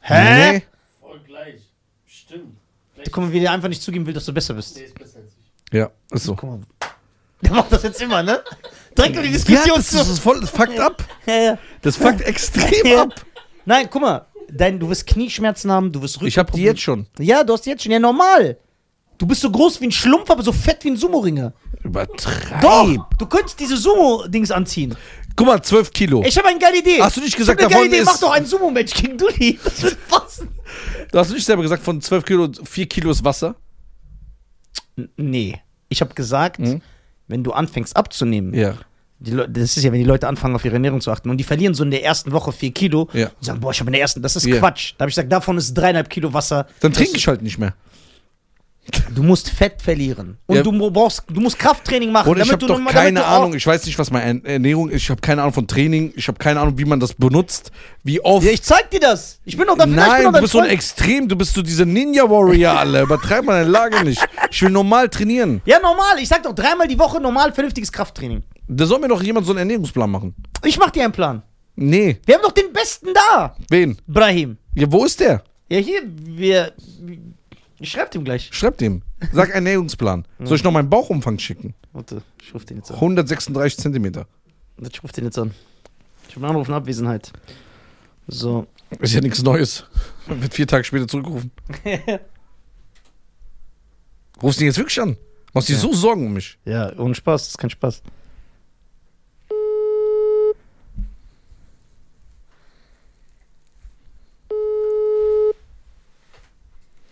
Speaker 2: Hä?
Speaker 3: Voll gleich. Stimmt. Gleich
Speaker 2: Guck mal, wie der einfach nicht zugeben will, dass du besser bist. Oh,
Speaker 3: Nee, ist besser als ich.
Speaker 1: Nee. Ja, ist so.
Speaker 2: Guck mal. Der macht das jetzt immer, ne? Direkt in die
Speaker 1: Ja,
Speaker 2: Diskussion
Speaker 1: das ist das ist voll, das fuckt ab.
Speaker 2: Ja, ja.
Speaker 1: Das fuckt extrem ab.
Speaker 2: Nein, guck mal. Dein, du wirst Knieschmerzen haben, du wirst Rücken.
Speaker 1: Ich habe die jetzt schon.
Speaker 2: Ja, du hast die jetzt schon. Ja, normal. Du bist so groß wie ein Schlumpf, aber so fett wie ein Sumo-Ringer. Doch!
Speaker 1: Übertreib.
Speaker 2: Du könntest diese Sumo-Dings anziehen.
Speaker 1: Guck mal, 12 Kilo.
Speaker 2: Ich habe eine geile Idee.
Speaker 1: Hast du nicht gesagt,
Speaker 2: ich hab eine geile
Speaker 1: davon
Speaker 2: Idee. Mach
Speaker 1: ist-
Speaker 2: doch ein Sumo-Match gegen Dulli. Das wird passen.
Speaker 1: Du hast nicht selber gesagt, von 12 Kilo, 4 Kilo ist Wasser.
Speaker 2: N- Nee. Ich habe gesagt, wenn du anfängst abzunehmen,
Speaker 1: Hm? Ja.
Speaker 2: die Leu- das ist ja, wenn die Leute anfangen, auf ihre Ernährung zu achten und die verlieren so in der ersten Woche vier Kilo
Speaker 1: Ja.
Speaker 2: und sagen, boah, ich habe in der ersten, das ist
Speaker 1: Ja.
Speaker 2: Quatsch. Da habe ich gesagt, davon ist dreieinhalb Kilo Wasser.
Speaker 1: Dann
Speaker 2: Das-
Speaker 1: trinke ich halt nicht mehr.
Speaker 2: Du musst Fett verlieren. Und
Speaker 1: Ja.
Speaker 2: du mo- brauchst, du musst Krafttraining machen.
Speaker 1: Und ich habe
Speaker 2: du
Speaker 1: doch
Speaker 2: nochmal-
Speaker 1: keine
Speaker 2: damit du auch-
Speaker 1: Ahnung, ich weiß nicht, was meine Ernährung ist, ich habe keine Ahnung von Training, ich habe keine Ahnung, wie man das benutzt, wie oft.
Speaker 2: Ja, ich zeig dir das. Ich bin doch dafür, ich bin
Speaker 1: Nein,
Speaker 2: doch
Speaker 1: du
Speaker 2: dein
Speaker 1: bist so ein
Speaker 2: Freund.
Speaker 1: Extrem, du bist so diese Ninja-Warrior, alle. Übertreib mal deine Lage nicht. Ich will normal trainieren.
Speaker 2: Ja, normal. Ich sag doch dreimal die Woche normal vernünftiges Krafttraining.
Speaker 1: Da soll mir doch jemand so einen Ernährungsplan machen.
Speaker 2: Ich mach dir einen Plan.
Speaker 1: Nee,
Speaker 2: Wir haben doch den Besten da,
Speaker 1: wen?
Speaker 2: Brahim.
Speaker 1: Ja, wo ist der?
Speaker 2: Ja, hier, wir. Ich schreib dem gleich.
Speaker 1: Schreib dem. Sag Ernährungsplan. Soll ich noch meinen Bauchumfang schicken?
Speaker 2: Warte, ich ruf den jetzt an.
Speaker 1: 136 Zentimeter.
Speaker 2: Warte, Ich ruf den jetzt an. Ich hab einen Anruf in Abwesenheit. So.
Speaker 1: Ist ja nichts Neues. Wird vier Tage später zurückgerufen. Rufst du ihn jetzt wirklich an? Machst dir
Speaker 2: Ja.
Speaker 1: so Sorgen um mich?
Speaker 2: Ja, ohne Spaß, das ist kein Spaß.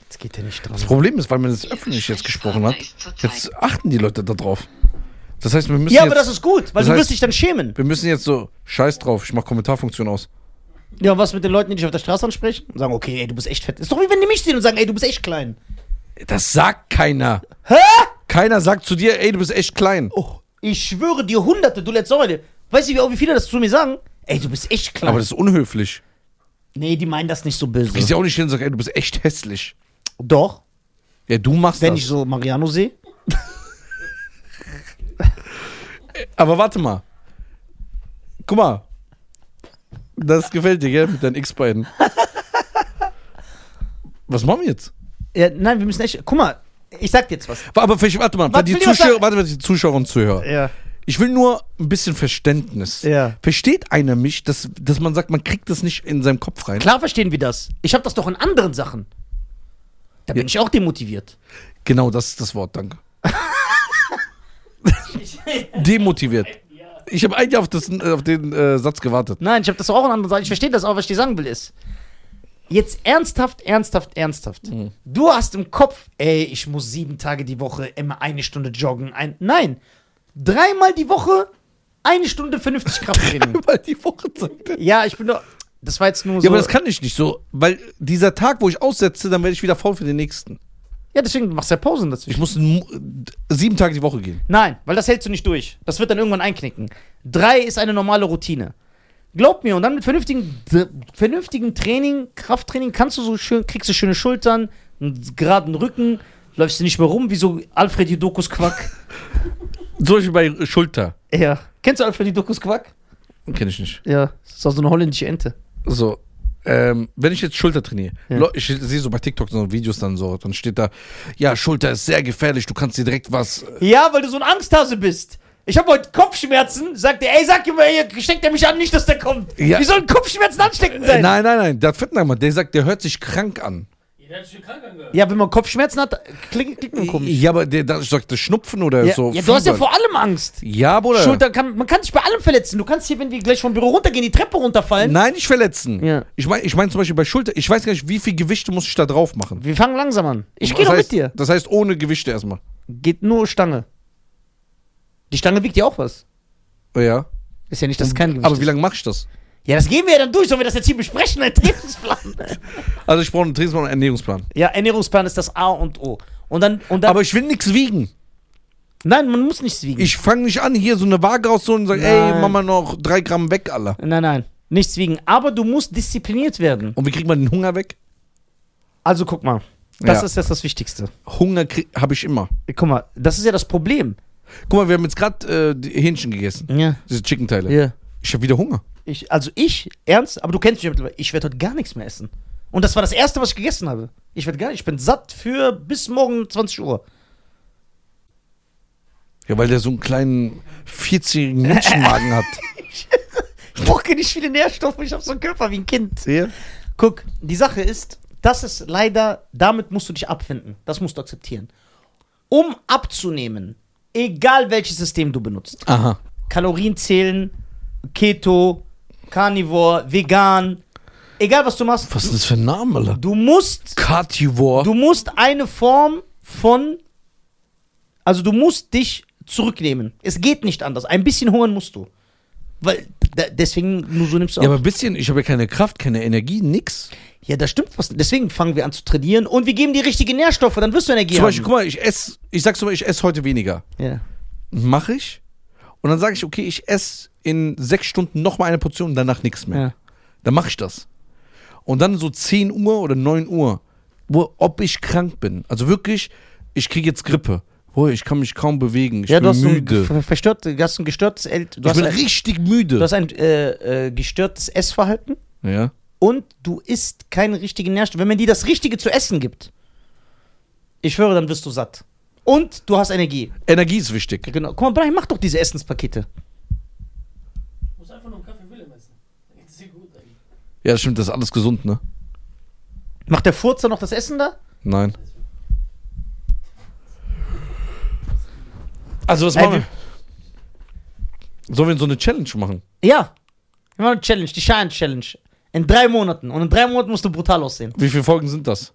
Speaker 2: Jetzt geht der nicht dran.
Speaker 1: Das Problem ist, weil man es öffentlich jetzt gesprochen hat, jetzt achten die Leute da drauf. Das heißt, wir müssen
Speaker 2: Ja,
Speaker 1: jetzt,
Speaker 2: aber das ist gut, weil
Speaker 1: das
Speaker 2: du
Speaker 1: heißt-
Speaker 2: wirst dich dann schämen.
Speaker 1: wir müssen jetzt so, scheiß drauf, ich mach Kommentarfunktion aus.
Speaker 2: Ja, und was mit den Leuten, die dich auf der Straße ansprechen? Und sagen, okay, ey, du bist echt fett. Ist doch wie wenn die mich sehen und sagen, ey, du bist echt klein.
Speaker 1: Das sagt keiner.
Speaker 2: Hä?
Speaker 1: Keiner sagt zu dir, ey, du bist echt klein.
Speaker 2: Oh, ich schwöre dir hunderte, du letzte Säule. Weißt du, wie, auch wie viele das zu mir sagen? Ey, du bist echt klein.
Speaker 1: Aber das ist unhöflich.
Speaker 2: nee, die meinen das nicht so
Speaker 1: Du gehst
Speaker 2: böse.
Speaker 1: ja auch nicht hin und sagst, ey, du bist echt hässlich.
Speaker 2: Doch,
Speaker 1: Ja, du machst
Speaker 2: wenn
Speaker 1: das.
Speaker 2: ich so Mariano sehe.
Speaker 1: Aber warte mal. Guck mal. Das gefällt dir, gell, mit deinen X-Beinen. Was machen wir jetzt?
Speaker 2: Ja, nein, wir müssen echt. Guck mal, ich sag dir jetzt was.
Speaker 1: Aber vielleicht, warte mal,
Speaker 2: Was
Speaker 1: warte, die
Speaker 2: will ich was
Speaker 1: Zuschauer,
Speaker 2: sagen?
Speaker 1: warte, mal, die Zuschauer und Zuhörer.
Speaker 2: Ja.
Speaker 1: Ich will nur ein bisschen Verständnis.
Speaker 2: Ja.
Speaker 1: Versteht einer mich, dass, dass man sagt, man kriegt das nicht in seinem Kopf rein?
Speaker 2: Klar verstehen wir das. Ich habe das doch in anderen Sachen. Da bin ich auch demotiviert.
Speaker 1: Genau, das ist das Wort, danke. Demotiviert. Ich habe eigentlich auf, das, auf den äh, Satz gewartet.
Speaker 2: Nein, ich habe das doch auch in anderen Sachen. Ich verstehe das auch, was ich dir sagen will, ist. Jetzt ernsthaft, ernsthaft, ernsthaft.
Speaker 1: Mhm.
Speaker 2: Du hast im Kopf, ey, ich muss sieben Tage die Woche immer eine Stunde joggen. Ein, nein, dreimal die Woche eine Stunde vernünftig Krafttraining.
Speaker 1: Weil die Woche sagt er.
Speaker 2: ja, ich bin doch. Das war jetzt nur so.
Speaker 1: Ja, aber das kann ich nicht so, weil dieser Tag, wo ich aussetze, dann werde ich wieder faul für den nächsten.
Speaker 2: ja deswegen machst du ja Pausen dazwischen.
Speaker 1: Ich muss n- d- sieben Tage die Woche gehen.
Speaker 2: Nein, weil das hältst du nicht durch. Das wird dann irgendwann einknicken. Drei ist eine normale Routine. Glaub mir, und dann mit vernünftigen, d- vernünftigen Training, Krafttraining, kannst du so schön, kriegst du schöne Schultern, einen geraden Rücken, läufst du nicht mehr rum wie so Alfred Judokus Quack.
Speaker 1: Zum Beispiel bei äh, Schulter.
Speaker 2: ja. Kennst du Alfred Judokus Quack?
Speaker 1: Kenne ich nicht.
Speaker 2: Ja. Das ist auch so eine holländische Ente.
Speaker 1: So. Ähm, wenn ich jetzt Schulter trainiere, Leu- ich sehe so bei TikTok so Videos dann so, dann steht da, ja, Schulter ist sehr gefährlich, du kannst dir direkt was.
Speaker 2: Ja, weil du so ein Angsthase bist. Ich habe heute Kopfschmerzen, sagt er, ey, sag ihm, ey, steckt er mich an, nicht, dass der kommt.
Speaker 1: Ja.
Speaker 2: Wie sollen Kopfschmerzen ansteckend sein?
Speaker 1: Äh, nein, nein, nein, der Fitnahmer, der sagt, der hört sich krank an.
Speaker 3: Der hat schon krank angehört.
Speaker 2: Ja, wenn man Kopfschmerzen hat, klingt, klingt man komisch.
Speaker 1: Ja, aber der, das, ich sag, das Schnupfen oder
Speaker 2: Ja,
Speaker 1: so.
Speaker 2: ja du hast
Speaker 1: Also
Speaker 2: ja
Speaker 1: Fieber.
Speaker 2: vor allem Angst.
Speaker 1: Ja, Bruder.
Speaker 2: Schulter kann, man kann sich bei allem verletzen. Du kannst hier, wenn wir gleich vom Büro runtergehen, die Treppe runterfallen.
Speaker 1: Nein, nicht verletzen.
Speaker 2: Ja.
Speaker 1: Ich meine ich mein zum Beispiel bei Schulter, ich weiß gar nicht, wie viel Gewichte muss ich da drauf machen.
Speaker 2: Wir fangen langsam an. Ich
Speaker 1: Das
Speaker 2: gehe doch
Speaker 1: heißt-
Speaker 2: mit dir.
Speaker 1: Das heißt, ohne Gewichte erstmal.
Speaker 2: Geht nur Stange. Die Stange wiegt ja auch was.
Speaker 1: Ja.
Speaker 2: Ist ja nicht, dass es kein Gewicht
Speaker 1: Aber wie
Speaker 2: ist.
Speaker 1: lange mache ich das?
Speaker 2: Ja, das gehen wir ja dann durch. Sollen wir das jetzt hier besprechen? Ein Trainingsplan.
Speaker 1: Also ich brauche einen Trainingsplan und einen Ernährungsplan.
Speaker 2: ja, Ernährungsplan ist das A und O. Und dann, und dann
Speaker 1: Aber ich will nichts wiegen.
Speaker 2: nein, man muss nichts wiegen.
Speaker 1: Ich fange nicht an, hier so eine Waage rauszuholen und sage, ey,
Speaker 2: Nein.
Speaker 1: mach mal noch drei Gramm weg, Alter.
Speaker 2: nein, nein, nichts wiegen. Aber du musst diszipliniert werden.
Speaker 1: Und wie kriegt man den Hunger weg?
Speaker 2: Also guck mal, das
Speaker 1: Ja.
Speaker 2: ist jetzt das Wichtigste.
Speaker 1: Hunger habe ich immer.
Speaker 2: Guck mal, das ist ja das Problem.
Speaker 1: Guck mal, wir haben jetzt gerade äh, die Hähnchen gegessen.
Speaker 2: Ja.
Speaker 1: Diese Chicken-Teile.
Speaker 2: ja.
Speaker 1: Ich habe wieder Hunger.
Speaker 2: Ich, also ich, ernst, aber du kennst mich ja mittlerweile, ich werde heute gar nichts mehr essen. Und das war das Erste, was ich gegessen habe. Ich werde gar ich bin satt für bis morgen 20 Uhr.
Speaker 1: Ja, weil der so einen kleinen 40-jährigen Menschenmagen hat.
Speaker 2: Ich brauche nicht viele Nährstoffe, ich habe so einen Körper wie ein Kind.
Speaker 1: Sehe?
Speaker 2: Guck, die Sache ist, das ist leider, damit musst du dich abfinden. Das musst du akzeptieren. Um abzunehmen, egal welches System du benutzt,
Speaker 1: Aha.
Speaker 2: Kalorien zählen, Keto, Carnivore, vegan, egal was du machst,
Speaker 1: Was ist das für ein Name, Alter?
Speaker 2: du musst
Speaker 1: Cartivore.
Speaker 2: Du musst eine Form von. Also du musst dich zurücknehmen. Es geht nicht anders. Ein bisschen hungern musst du. Weil d- deswegen nur so nimmst du
Speaker 1: ja,
Speaker 2: ab.
Speaker 1: aber ein bisschen, ich habe ja keine Kraft, keine Energie, nix.
Speaker 2: Ja, da stimmt was. Deswegen fangen wir an zu trainieren und wir geben dir richtige Nährstoffe, dann wirst du Energie
Speaker 1: Zum
Speaker 2: haben.
Speaker 1: Beispiel, guck mal, ich esse, ich sag's mal, ich esse heute weniger.
Speaker 2: Ja.
Speaker 1: Mache ich. Und dann sage ich, okay, ich esse in sechs Stunden nochmal eine Portion und danach nichts mehr.
Speaker 2: Ja.
Speaker 1: Dann mache ich das. Und dann so 10 Uhr oder 9 Uhr, wo, ob ich krank bin. Also wirklich, ich kriege jetzt Grippe. Wo, ich kann mich kaum bewegen. Ich
Speaker 2: ja,
Speaker 1: bin
Speaker 2: du hast
Speaker 1: müde.
Speaker 2: ein ver- verstört, du hast ein gestörtes, El- du
Speaker 1: ich
Speaker 2: hast
Speaker 1: bin
Speaker 2: ein,
Speaker 1: richtig
Speaker 2: du
Speaker 1: müde.
Speaker 2: hast ein äh, äh, gestörtes Essverhalten
Speaker 1: Ja.
Speaker 2: und du isst keine richtigen Nährstoffe. Wenn man dir das Richtige zu essen gibt, ich höre, dann wirst du satt. Und du hast Energie.
Speaker 1: Energie ist wichtig.
Speaker 2: Genau. Guck mal, Brian, mach doch diese Essenspakete.
Speaker 3: Ich muss einfach nur einen Kaffee Willem essen. Dann geht's dir gut. Ey.
Speaker 1: Ja, stimmt, das ist alles gesund, ne?
Speaker 2: Macht der Furzer noch das Essen da?
Speaker 1: Nein. Also, was
Speaker 2: Ey,
Speaker 1: machen wir? Sollen wir so eine Challenge machen?
Speaker 2: Ja. Wir machen eine Challenge, die Schein-Challenge. In drei Monaten. Und in drei Monaten musst du brutal aussehen.
Speaker 1: Wie viele Folgen sind das?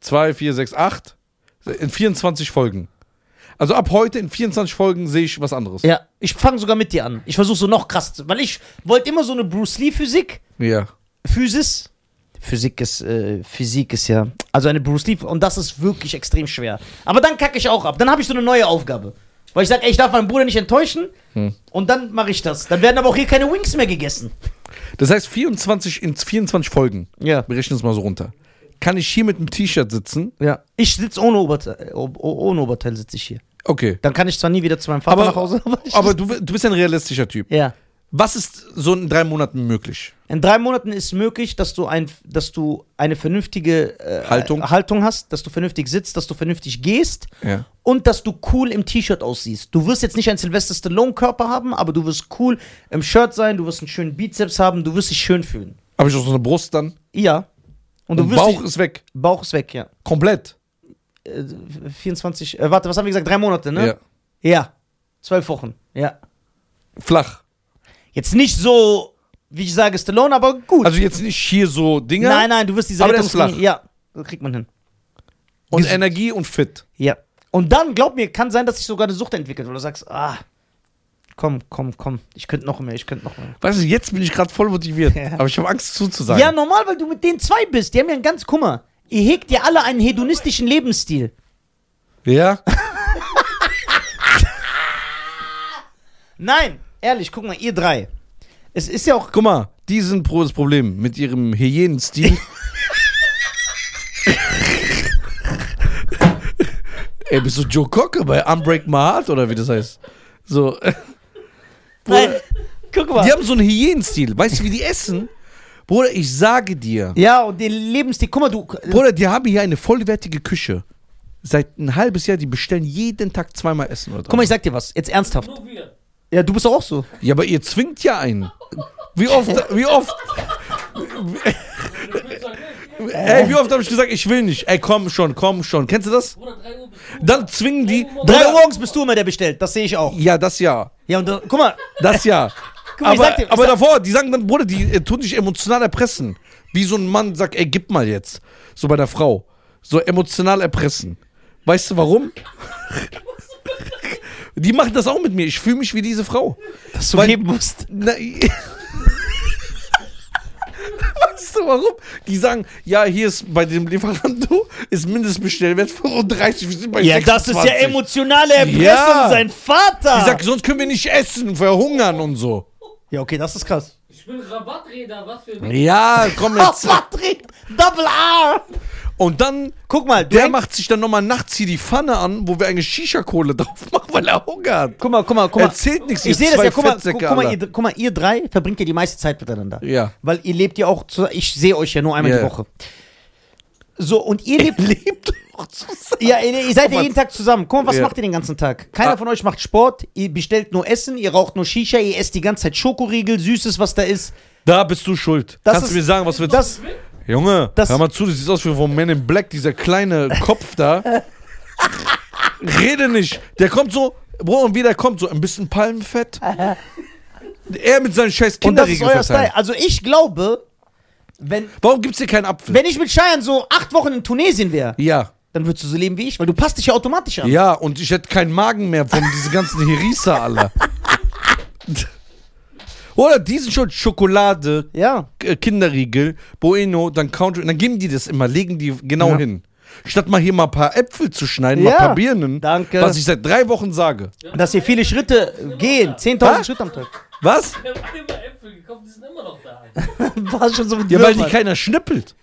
Speaker 1: Zwei, vier, sechs, acht? In 24 Folgen. Also ab heute in 24 Folgen sehe ich was anderes.
Speaker 2: Ja. Ich fange sogar mit dir an. Ich versuche so noch krass zu. Weil ich wollte immer so eine Bruce Lee-Physik.
Speaker 1: Ja.
Speaker 2: Physis. Physik ist, äh, Physik ist ja. Also eine Bruce Lee. Und das ist wirklich extrem schwer. Aber dann kacke ich auch ab. Dann habe ich so eine neue Aufgabe. Weil ich sage, ey, ich darf meinen Bruder nicht enttäuschen. Und dann mache ich das. Dann werden aber auch hier keine Wings mehr gegessen.
Speaker 1: Das heißt, 24 in 24 Folgen.
Speaker 2: Ja.
Speaker 1: Wir rechnen es mal so runter. Kann ich hier mit einem T-Shirt sitzen?
Speaker 2: Ja. Ich sitze ohne Oberteil. Oh, oh, ohne Oberteil sitze ich hier.
Speaker 1: Okay.
Speaker 2: Dann kann ich zwar nie wieder zu meinem Vater
Speaker 1: Aber,
Speaker 2: nach Hause, aber ich
Speaker 1: aber du, du bist ein realistischer Typ.
Speaker 2: ja.
Speaker 1: Was ist so in drei Monaten möglich?
Speaker 2: In drei Monaten ist möglich, dass du ein, dass du eine vernünftige äh,
Speaker 1: Haltung.
Speaker 2: Haltung hast, dass du vernünftig sitzt, dass du vernünftig gehst
Speaker 1: Ja.
Speaker 2: und dass du cool im T-Shirt aussiehst. Du wirst jetzt nicht einen Sylvester Stallone Körper haben, aber du wirst cool im Shirt sein, du wirst einen schönen Bizeps haben, du wirst dich schön fühlen.
Speaker 1: Habe ich auch so eine Brust dann?
Speaker 2: Ja. Und du
Speaker 1: Und
Speaker 2: wirst
Speaker 1: Bauch
Speaker 2: dich,
Speaker 1: ist weg.
Speaker 2: Bauch ist weg, ja.
Speaker 1: Komplett.
Speaker 2: Äh, 24 äh, warte, was haben wir gesagt? Drei Monate, ne?
Speaker 1: Ja.
Speaker 2: Ja. Zwölf Wochen. Ja.
Speaker 1: Flach.
Speaker 2: Jetzt nicht so, wie ich sage, Stallone, aber gut.
Speaker 1: Also jetzt nicht hier so Dinge.
Speaker 2: Nein, nein, du wirst diese
Speaker 1: Aber der ist
Speaker 2: Rettungslinie-
Speaker 1: flach.
Speaker 2: Ja, das kriegt man hin.
Speaker 1: Und
Speaker 2: gesund.
Speaker 1: Energie und fit.
Speaker 2: Ja. Und dann, glaub mir, kann sein, dass sich sogar eine Sucht entwickelt, wo du sagst, ah, komm, komm, komm, ich könnte noch mehr, ich könnte noch mehr.
Speaker 1: Weißt du, jetzt bin ich gerade voll motiviert.
Speaker 2: Ja.
Speaker 1: Aber ich habe Angst zuzusagen.
Speaker 2: Ja, normal, weil du mit den zwei bist. Die haben ja einen ganz Kummer. Ihr hegt ja alle einen hedonistischen Lebensstil.
Speaker 1: Ja?
Speaker 2: Nein, ehrlich, guck mal, ihr drei. Es ist ja auch.
Speaker 1: Guck mal, die sind pro das Problem mit ihrem Hyänenstil. Ey, bist du Joe Cocker bei Unbreak My Heart oder wie das heißt? So, äh,
Speaker 2: Nein, guck mal.
Speaker 1: die haben so einen Hyänenstil. Weißt du, wie die essen? Bruder, ich sage dir.
Speaker 2: Ja, und den Lebensstil, guck mal, du.
Speaker 1: Bruder, die haben hier eine vollwertige Küche. Seit ein halbes Jahr, die bestellen jeden Tag zweimal Essen oder
Speaker 2: Guck mal, ich sag dir was, jetzt ernsthaft.
Speaker 3: Nur wir.
Speaker 2: Ja, du bist doch auch so.
Speaker 1: Ja, aber ihr zwingt ja einen. Wie oft, wie oft,
Speaker 3: Ich würde sagen, nee,
Speaker 1: Ey, wie oft habe ich gesagt, ich will nicht. Ey, komm schon, komm schon. Kennst du das?
Speaker 3: Bruder, 3 Uhr bist du.
Speaker 1: Dann zwingen die.
Speaker 2: Drei Uhr morgens bist du immer der bestellt, das sehe ich auch.
Speaker 1: Ja, das ja.
Speaker 2: Ja, und da, guck mal,
Speaker 1: Das ja.
Speaker 2: Guck mal, ich
Speaker 1: aber
Speaker 2: sag dir, ich
Speaker 1: aber
Speaker 2: sag-
Speaker 1: davor, die sagen dann, Bruder, die äh, tun dich emotional erpressen. Wie so ein Mann sagt, ey, gib mal jetzt. So bei der Frau. So emotional erpressen. Weißt du warum? die machen das auch mit mir. Ich fühle mich wie diese Frau.
Speaker 2: dass du
Speaker 1: Weil-
Speaker 2: geben musst.
Speaker 1: Na, weißt du warum? Die sagen, ja, hier ist bei dem Lieferando ist Mindestbestellwert 35, wir sind bei
Speaker 2: Ja,
Speaker 1: 26.
Speaker 2: das ist ja emotionale Erpressung,
Speaker 1: Ja.
Speaker 2: sein Vater.
Speaker 1: Ich sag, sonst können wir nicht essen, verhungern und so.
Speaker 2: ja, okay, das ist krass.
Speaker 3: Ich bin Rabatträder, was für ein.
Speaker 1: Ja, komm jetzt.
Speaker 2: Patrick, Double R.
Speaker 1: Und dann,
Speaker 2: Guck mal,
Speaker 1: der
Speaker 2: Dwayne-
Speaker 1: macht sich dann nochmal nachts hier die Pfanne an, wo wir eigentlich Shisha-Kohle drauf machen, weil er Hunger hat.
Speaker 2: Guck mal, guck mal, guck mal.
Speaker 1: Erzählt nichts, ihr
Speaker 2: Ich sehe das
Speaker 1: zwei
Speaker 2: ja, guck mal, guck,
Speaker 1: Fettsäcke,
Speaker 2: guck, mal
Speaker 1: Alter.
Speaker 2: ihr, guck mal, ihr drei verbringt ja die meiste Zeit miteinander.
Speaker 1: Ja.
Speaker 2: Weil ihr lebt ja auch, zu, ich sehe euch ja nur einmal
Speaker 1: Ja.
Speaker 2: die Woche. So, und ihr lebt,
Speaker 1: Lebt noch zusammen.
Speaker 2: ja, ihr, ihr seid
Speaker 1: Guck
Speaker 2: ja
Speaker 1: mal.
Speaker 2: jeden Tag zusammen. Guck mal, was
Speaker 1: Ja.
Speaker 2: macht ihr den ganzen Tag? Keiner
Speaker 1: Ah.
Speaker 2: von euch macht Sport, ihr bestellt nur Essen, ihr raucht nur Shisha, ihr esst die ganze Zeit Schokoriegel, Süßes, was da ist.
Speaker 1: Da bist du schuld.
Speaker 2: Das
Speaker 1: Kannst
Speaker 2: ist-
Speaker 1: du mir sagen, was wir
Speaker 2: Das,
Speaker 1: Junge,
Speaker 2: Das-
Speaker 1: hör mal zu, das sieht aus wie von Man in Black, dieser kleine Kopf da. Rede nicht. Der kommt so, Bro, und wie der kommt, so ein bisschen Palmenfett. er mit seinen scheiß
Speaker 2: und das ist
Speaker 1: Kinderriegel
Speaker 2: euer
Speaker 1: verteilen.
Speaker 2: Style. Also ich glaube, wenn,
Speaker 1: Warum gibt's hier keinen Apfel?
Speaker 2: wenn ich mit Cheyenne so acht Wochen in Tunesien wäre,
Speaker 1: ja,
Speaker 2: dann würdest du so leben wie ich, weil du passt dich ja automatisch an.
Speaker 1: ja, und ich hätte keinen Magen mehr von diesen ganzen Hirisa, Alter. Oder diesen schon Schokolade,
Speaker 2: Ja.
Speaker 1: äh, Kinderriegel, Bueno, dann Country, dann geben die das immer, legen die genau
Speaker 2: Ja.
Speaker 1: hin. Statt mal hier mal ein paar Äpfel zu schneiden, mal
Speaker 2: Ja.
Speaker 1: ein paar Birnen.
Speaker 2: Danke.
Speaker 1: Was ich seit drei Wochen sage.
Speaker 2: Dass ihr viele Schritte gehen, 10.000
Speaker 1: Was?
Speaker 2: Schritte am Tag.
Speaker 1: Was?
Speaker 3: Wir haben einmal Äpfel gekauft, die sind immer noch da.
Speaker 2: War schon so mit
Speaker 1: Ja, weil die
Speaker 2: Würmern.
Speaker 1: keiner schnippelt.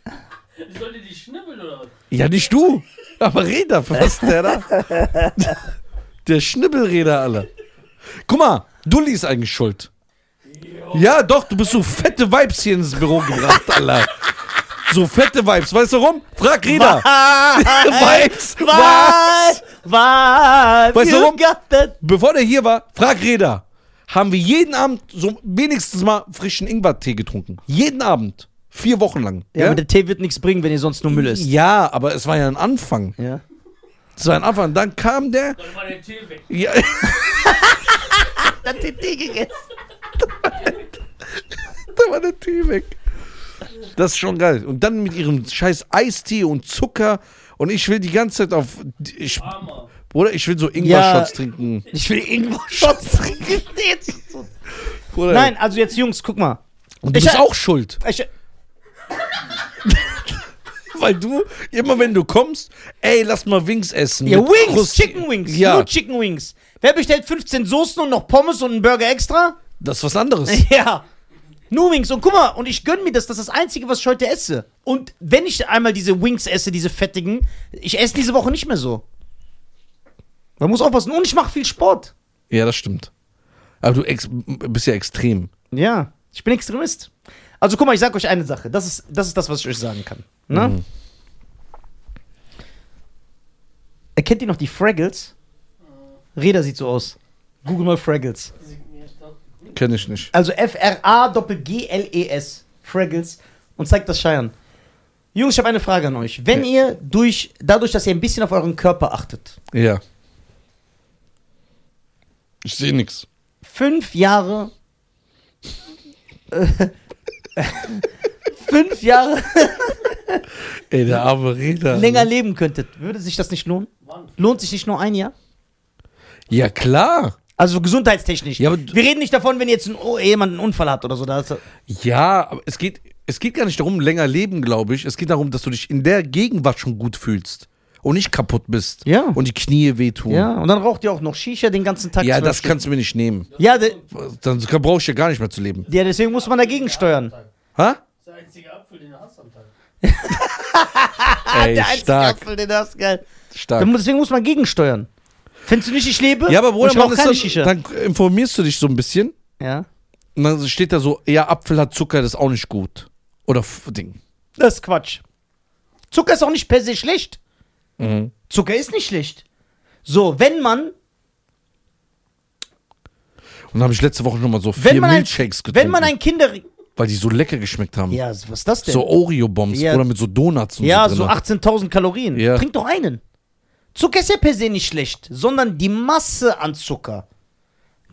Speaker 3: Ich sollte die schnibbeln oder was?
Speaker 1: Ja, nicht du. Aber Räder, was der da? Der Schnippelräder, alle. Guck mal, Dulli ist eigentlich schuld. Ja, doch, du bist so fette Vibes hier ins Büro gebracht, Alter. So fette Vibes. Weißt du warum? Frag Räder. Vibes.
Speaker 2: Was? Was?
Speaker 1: Weißt du
Speaker 2: You
Speaker 1: warum?
Speaker 2: got that.
Speaker 1: Bevor der hier war, frag Räder. Haben wir jeden Abend so wenigstens mal frischen Ingwertee getrunken. Jeden Abend. Vier Wochen lang.
Speaker 2: Ja, aber der Tee wird nichts bringen, wenn ihr sonst nur Müll isst.
Speaker 1: ja aber es war ja ein Anfang.
Speaker 2: Ja.
Speaker 1: Es war ein Anfang. Dann kam der.
Speaker 3: Soll mal den Tee weg.
Speaker 1: Ja,
Speaker 2: Dann den Tee gegessen.
Speaker 1: da war der Tee weg. Das ist schon geil. Und dann mit ihrem scheiß Eistee und Zucker. Und ich will die ganze Zeit auf. Ich,
Speaker 3: Hammer.
Speaker 1: Bruder, ich will so Ingwer-Shots
Speaker 2: Ja.
Speaker 1: trinken.
Speaker 2: Ich will irgendwo Shots trinken. Jetzt.
Speaker 1: Bruder.
Speaker 2: Nein, also jetzt Jungs, guck mal.
Speaker 1: Und du
Speaker 2: ich-
Speaker 1: bist auch schuld.
Speaker 2: Ich,
Speaker 1: Weil du, immer wenn du kommst, ey, lass mal Wings essen.
Speaker 2: ja,
Speaker 1: Mit
Speaker 2: Wings,
Speaker 1: Krust-
Speaker 2: Chicken Wings,
Speaker 1: Ja,
Speaker 2: nur Chicken Wings. Wer bestellt 15 Soßen und noch Pommes und einen Burger extra?
Speaker 1: das ist was anderes.
Speaker 2: Ja. Nur Wings. Und guck mal, und ich gönn mir das. Das ist das Einzige, was ich heute esse. Und wenn ich einmal diese Wings esse, diese fettigen, ich esse diese Woche nicht mehr so. Man muss aufpassen. Und ich mache viel Sport.
Speaker 1: Ja, das stimmt. Aber du ex bist ja extrem.
Speaker 2: Ja. Ich bin Extremist. Also guck mal, ich sag euch eine Sache. Das ist das, ist das was ich euch sagen kann. Ne? Erkennt ihr noch die Fraggles? Reda sieht so aus. Google mal Fraggles.
Speaker 3: Signiert dann.
Speaker 1: Kenn ich nicht.
Speaker 2: Also F-R-A-G-L-E-S. E Fraggles. Und zeigt das Scheiern. Jungs, ich habe eine Frage an euch. Wenn ihr durch, dadurch, dass ihr ein bisschen auf euren Körper achtet,
Speaker 1: Ja. Ich sehe nichts.
Speaker 2: fünf Jahre. äh, fünf Jahre
Speaker 1: Ey, der arme Räder.
Speaker 2: länger leben könntet, würde sich das nicht lohnen?
Speaker 3: Mann.
Speaker 2: Lohnt sich nicht nur ein Jahr?
Speaker 1: Ja, klar.
Speaker 2: Also gesundheitstechnisch.
Speaker 1: Ja, aber du-
Speaker 2: Wir reden nicht davon, wenn ihr jetzt einen oh, jemanden einen Unfall habt oder so. Da ist,
Speaker 1: Ja, aber es geht, es geht gar nicht darum, länger leben, glaube ich. Es geht darum, dass du dich in der Gegenwart schon gut fühlst und nicht kaputt bist.
Speaker 2: Ja.
Speaker 1: Und die Knie wehtun.
Speaker 2: ja, und dann raucht ihr auch noch Shisha den ganzen Tag.
Speaker 1: Ja,
Speaker 2: zwölf
Speaker 1: das
Speaker 2: Stunden.
Speaker 1: kannst du mir nicht nehmen.
Speaker 2: Ja, de,
Speaker 1: Dann brauche ich ja gar nicht mehr zu leben.
Speaker 2: ja, deswegen muss man dagegen steuern.
Speaker 1: Ha?
Speaker 3: Das ist der einzige Apfel, den du hast am Tag.
Speaker 1: Ey,
Speaker 2: einzige
Speaker 1: stark,
Speaker 2: Apfel, den du hast, geil. Dann,
Speaker 1: stark.
Speaker 2: mu- deswegen muss man gegensteuern. Findest du nicht, ich lebe?
Speaker 1: Ja, aber
Speaker 2: Und
Speaker 1: Bruder,
Speaker 2: ich rauch
Speaker 1: Mann,
Speaker 2: keine
Speaker 1: ist
Speaker 2: Shisha.
Speaker 1: dann, dann informierst du dich so ein bisschen
Speaker 2: ja.
Speaker 1: und dann steht da so, ja, Apfel hat Zucker, das ist auch nicht gut. Oder F Ding.
Speaker 2: Das ist Quatsch. Zucker ist auch nicht per se schlecht.
Speaker 1: Mhm.
Speaker 2: Zucker ist nicht schlecht. So, wenn man,
Speaker 1: Und dann habe ich letzte Woche schon mal so vier
Speaker 2: wenn man, ein,
Speaker 1: Milkshakes getrunken.
Speaker 2: wenn man ein Kinder,
Speaker 1: Weil die so lecker geschmeckt haben.
Speaker 2: Ja, was ist das denn?
Speaker 1: So Oreo-Bombs
Speaker 2: Ja.
Speaker 1: oder mit so Donuts und
Speaker 2: ja,
Speaker 1: so.
Speaker 2: so
Speaker 1: drin. ne?
Speaker 2: 18.000 Kalorien.
Speaker 1: Ja.
Speaker 2: Trink doch einen. Zucker ist ja per se nicht schlecht, sondern die Masse an Zucker.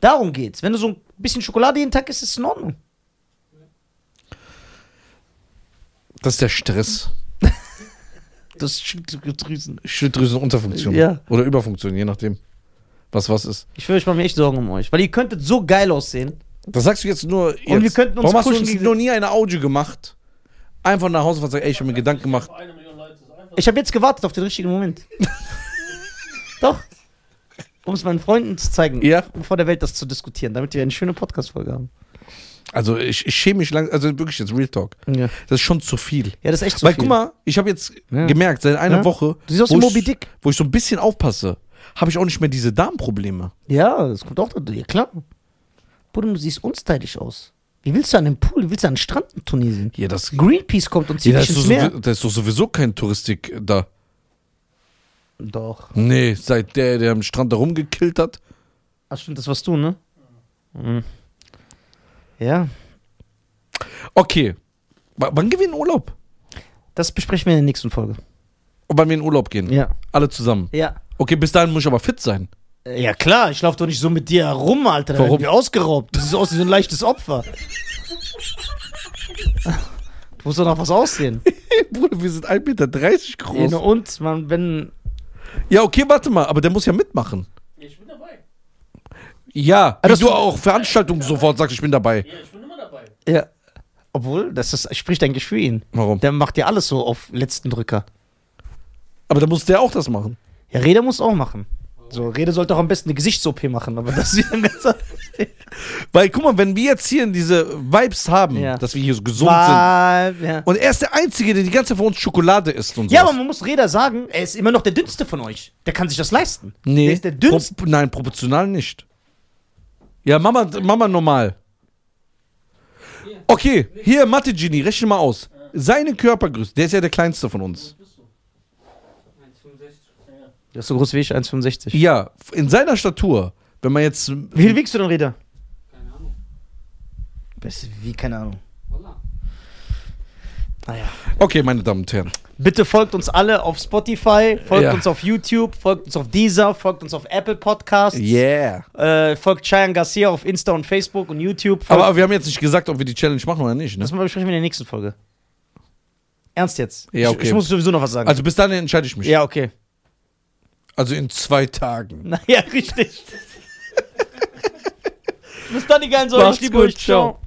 Speaker 2: Darum geht's. Wenn du so ein bisschen Schokolade jeden Tag isst, ist es in Ordnung.
Speaker 1: Das ist der Stress.
Speaker 2: Das Schilddrüsen.
Speaker 1: Schilddrüsenunterfunktion.
Speaker 2: Ja.
Speaker 1: Oder Überfunktion, je nachdem, was was ist.
Speaker 2: Ich schwöre, ich mache mir echt Sorgen um euch. Weil ihr könntet so geil aussehen.
Speaker 1: Das sagst du jetzt nur jetzt.
Speaker 2: wir könnten uns
Speaker 1: Warum hast du
Speaker 2: pushen
Speaker 1: uns
Speaker 2: gegen-
Speaker 1: noch nie eine Audio gemacht? Einfach nach Hause und sagst, ey, ich habe mir Gedanken gemacht.
Speaker 3: Für eine Million Leute ist einfach.
Speaker 2: Ich habe jetzt gewartet auf den richtigen Moment. Doch. Um es meinen Freunden zu zeigen,
Speaker 1: Ja.
Speaker 2: um vor der Welt das zu diskutieren, damit wir eine schöne Podcast-Folge haben.
Speaker 1: Also ich, ich schäme mich lang, also wirklich jetzt Real Talk.
Speaker 2: Ja,
Speaker 1: Das ist schon zu viel.
Speaker 2: das ist echt zu
Speaker 1: Weil
Speaker 2: viel.
Speaker 1: guck mal, ich habe jetzt
Speaker 2: Ja.
Speaker 1: gemerkt, seit einer
Speaker 2: Ja.
Speaker 1: Woche,
Speaker 2: Du siehst aus
Speaker 1: wo,
Speaker 2: wie Moby
Speaker 1: ich,
Speaker 2: Dick.
Speaker 1: wo ich so ein bisschen aufpasse, habe ich auch nicht mehr diese Darmprobleme.
Speaker 2: Ja, das kommt auch dazu. Ja, klar. Bruder, du siehst unstylisch aus. Wie willst du an den Pool, wie willst du an den Strand in Tunesien?
Speaker 1: Ja, das,
Speaker 2: Greenpeace kommt und zieht
Speaker 1: ja, das,
Speaker 2: dich
Speaker 1: ist,
Speaker 2: ins
Speaker 1: so,
Speaker 2: Meer.
Speaker 1: da ist doch sowieso kein Touristik äh, da.
Speaker 2: Doch.
Speaker 1: Nee, seit der, der am Strand da rumgekillt hat.
Speaker 2: Ach stimmt, das warst du, ne? Mhm. Ja,
Speaker 1: Okay, W- wann gehen wir in Urlaub?
Speaker 2: das besprechen wir in der nächsten Folge.
Speaker 1: Und wann wir in Urlaub gehen?
Speaker 2: Ja.
Speaker 1: Alle zusammen.
Speaker 2: Ja.
Speaker 1: Okay, bis dahin muss ich aber fit sein.
Speaker 2: Ja klar, ich laufe doch nicht so mit dir herum, Alter.
Speaker 1: Warum?
Speaker 2: Warum? Ich ausgeraubt. Du siehst aus wie so ein leichtes Opfer. Du musst doch noch was aussehen.
Speaker 1: Bruder, wir sind 1,30 Meter groß.
Speaker 2: Ja, und man, wenn.
Speaker 1: Ja, okay, warte mal, aber der muss ja mitmachen.
Speaker 3: Ich bin dabei.
Speaker 1: Ja, wie
Speaker 2: das-
Speaker 1: du auch Veranstaltungen sofort sagst, ich bin dabei.
Speaker 3: Ja, ich bin immer dabei.
Speaker 2: Ja. Obwohl, das ist, spricht eigentlich für ihn.
Speaker 1: Warum?
Speaker 2: Der macht ja alles so auf letzten Drücker.
Speaker 1: Aber dann muss der auch das machen.
Speaker 2: Ja, Rede muss auch machen. So, Rede sollte auch am besten eine Gesichts-OP machen, aber das ist wieder ein ganzer.
Speaker 1: Weil, guck mal, wenn wir jetzt hier diese Vibes haben,
Speaker 2: Ja.
Speaker 1: dass wir hier so gesund sind.
Speaker 2: Vibe, ja.
Speaker 1: Und er ist der Einzige, der die ganze Zeit von uns Schokolade isst und so.
Speaker 2: ja, aber man muss Reda sagen, er ist immer noch der dünnste von euch. Der kann sich das leisten.
Speaker 1: nee,
Speaker 2: Der ist der dünnste.
Speaker 1: Pro nein, proportional nicht. Ja, Mama, Mama normal. Okay, hier, Mathe Genie, rechne mal aus. Seine Körpergröße, der ist ja der kleinste von uns.
Speaker 2: Das ist so groß wie ich, 1,65.
Speaker 1: Ja, in seiner Statur, wenn man jetzt.
Speaker 2: Wie viel wiegst du denn, Reda?
Speaker 4: Keine Ahnung.
Speaker 2: Das ist wie, keine Ahnung.
Speaker 4: Wallah.
Speaker 2: Naja.
Speaker 1: Okay, meine Damen und Herren.
Speaker 2: Bitte folgt uns alle auf Spotify, folgt
Speaker 1: Ja.
Speaker 2: uns auf YouTube, folgt uns auf Deezer, folgt uns auf Apple Podcasts,
Speaker 1: Yeah.
Speaker 2: äh, folgt Cheyenne Garcia auf Insta und Facebook und YouTube. Folgt,
Speaker 1: Aber wir haben jetzt nicht gesagt, ob wir die Challenge machen oder nicht, ne?
Speaker 2: das besprechen wir in der nächsten Folge. Ernst jetzt?
Speaker 1: Ja,
Speaker 2: Ich,
Speaker 1: okay.
Speaker 2: ich muss sowieso noch was sagen.
Speaker 1: Also bis dann entscheide ich mich.
Speaker 2: ja, okay.
Speaker 1: Also in zwei Tagen.
Speaker 2: Naja, richtig. Bis dann, die geilen Säulen.
Speaker 1: Macht's
Speaker 2: Ich liebe
Speaker 1: gut,
Speaker 2: euch. Ciao.
Speaker 1: ciao.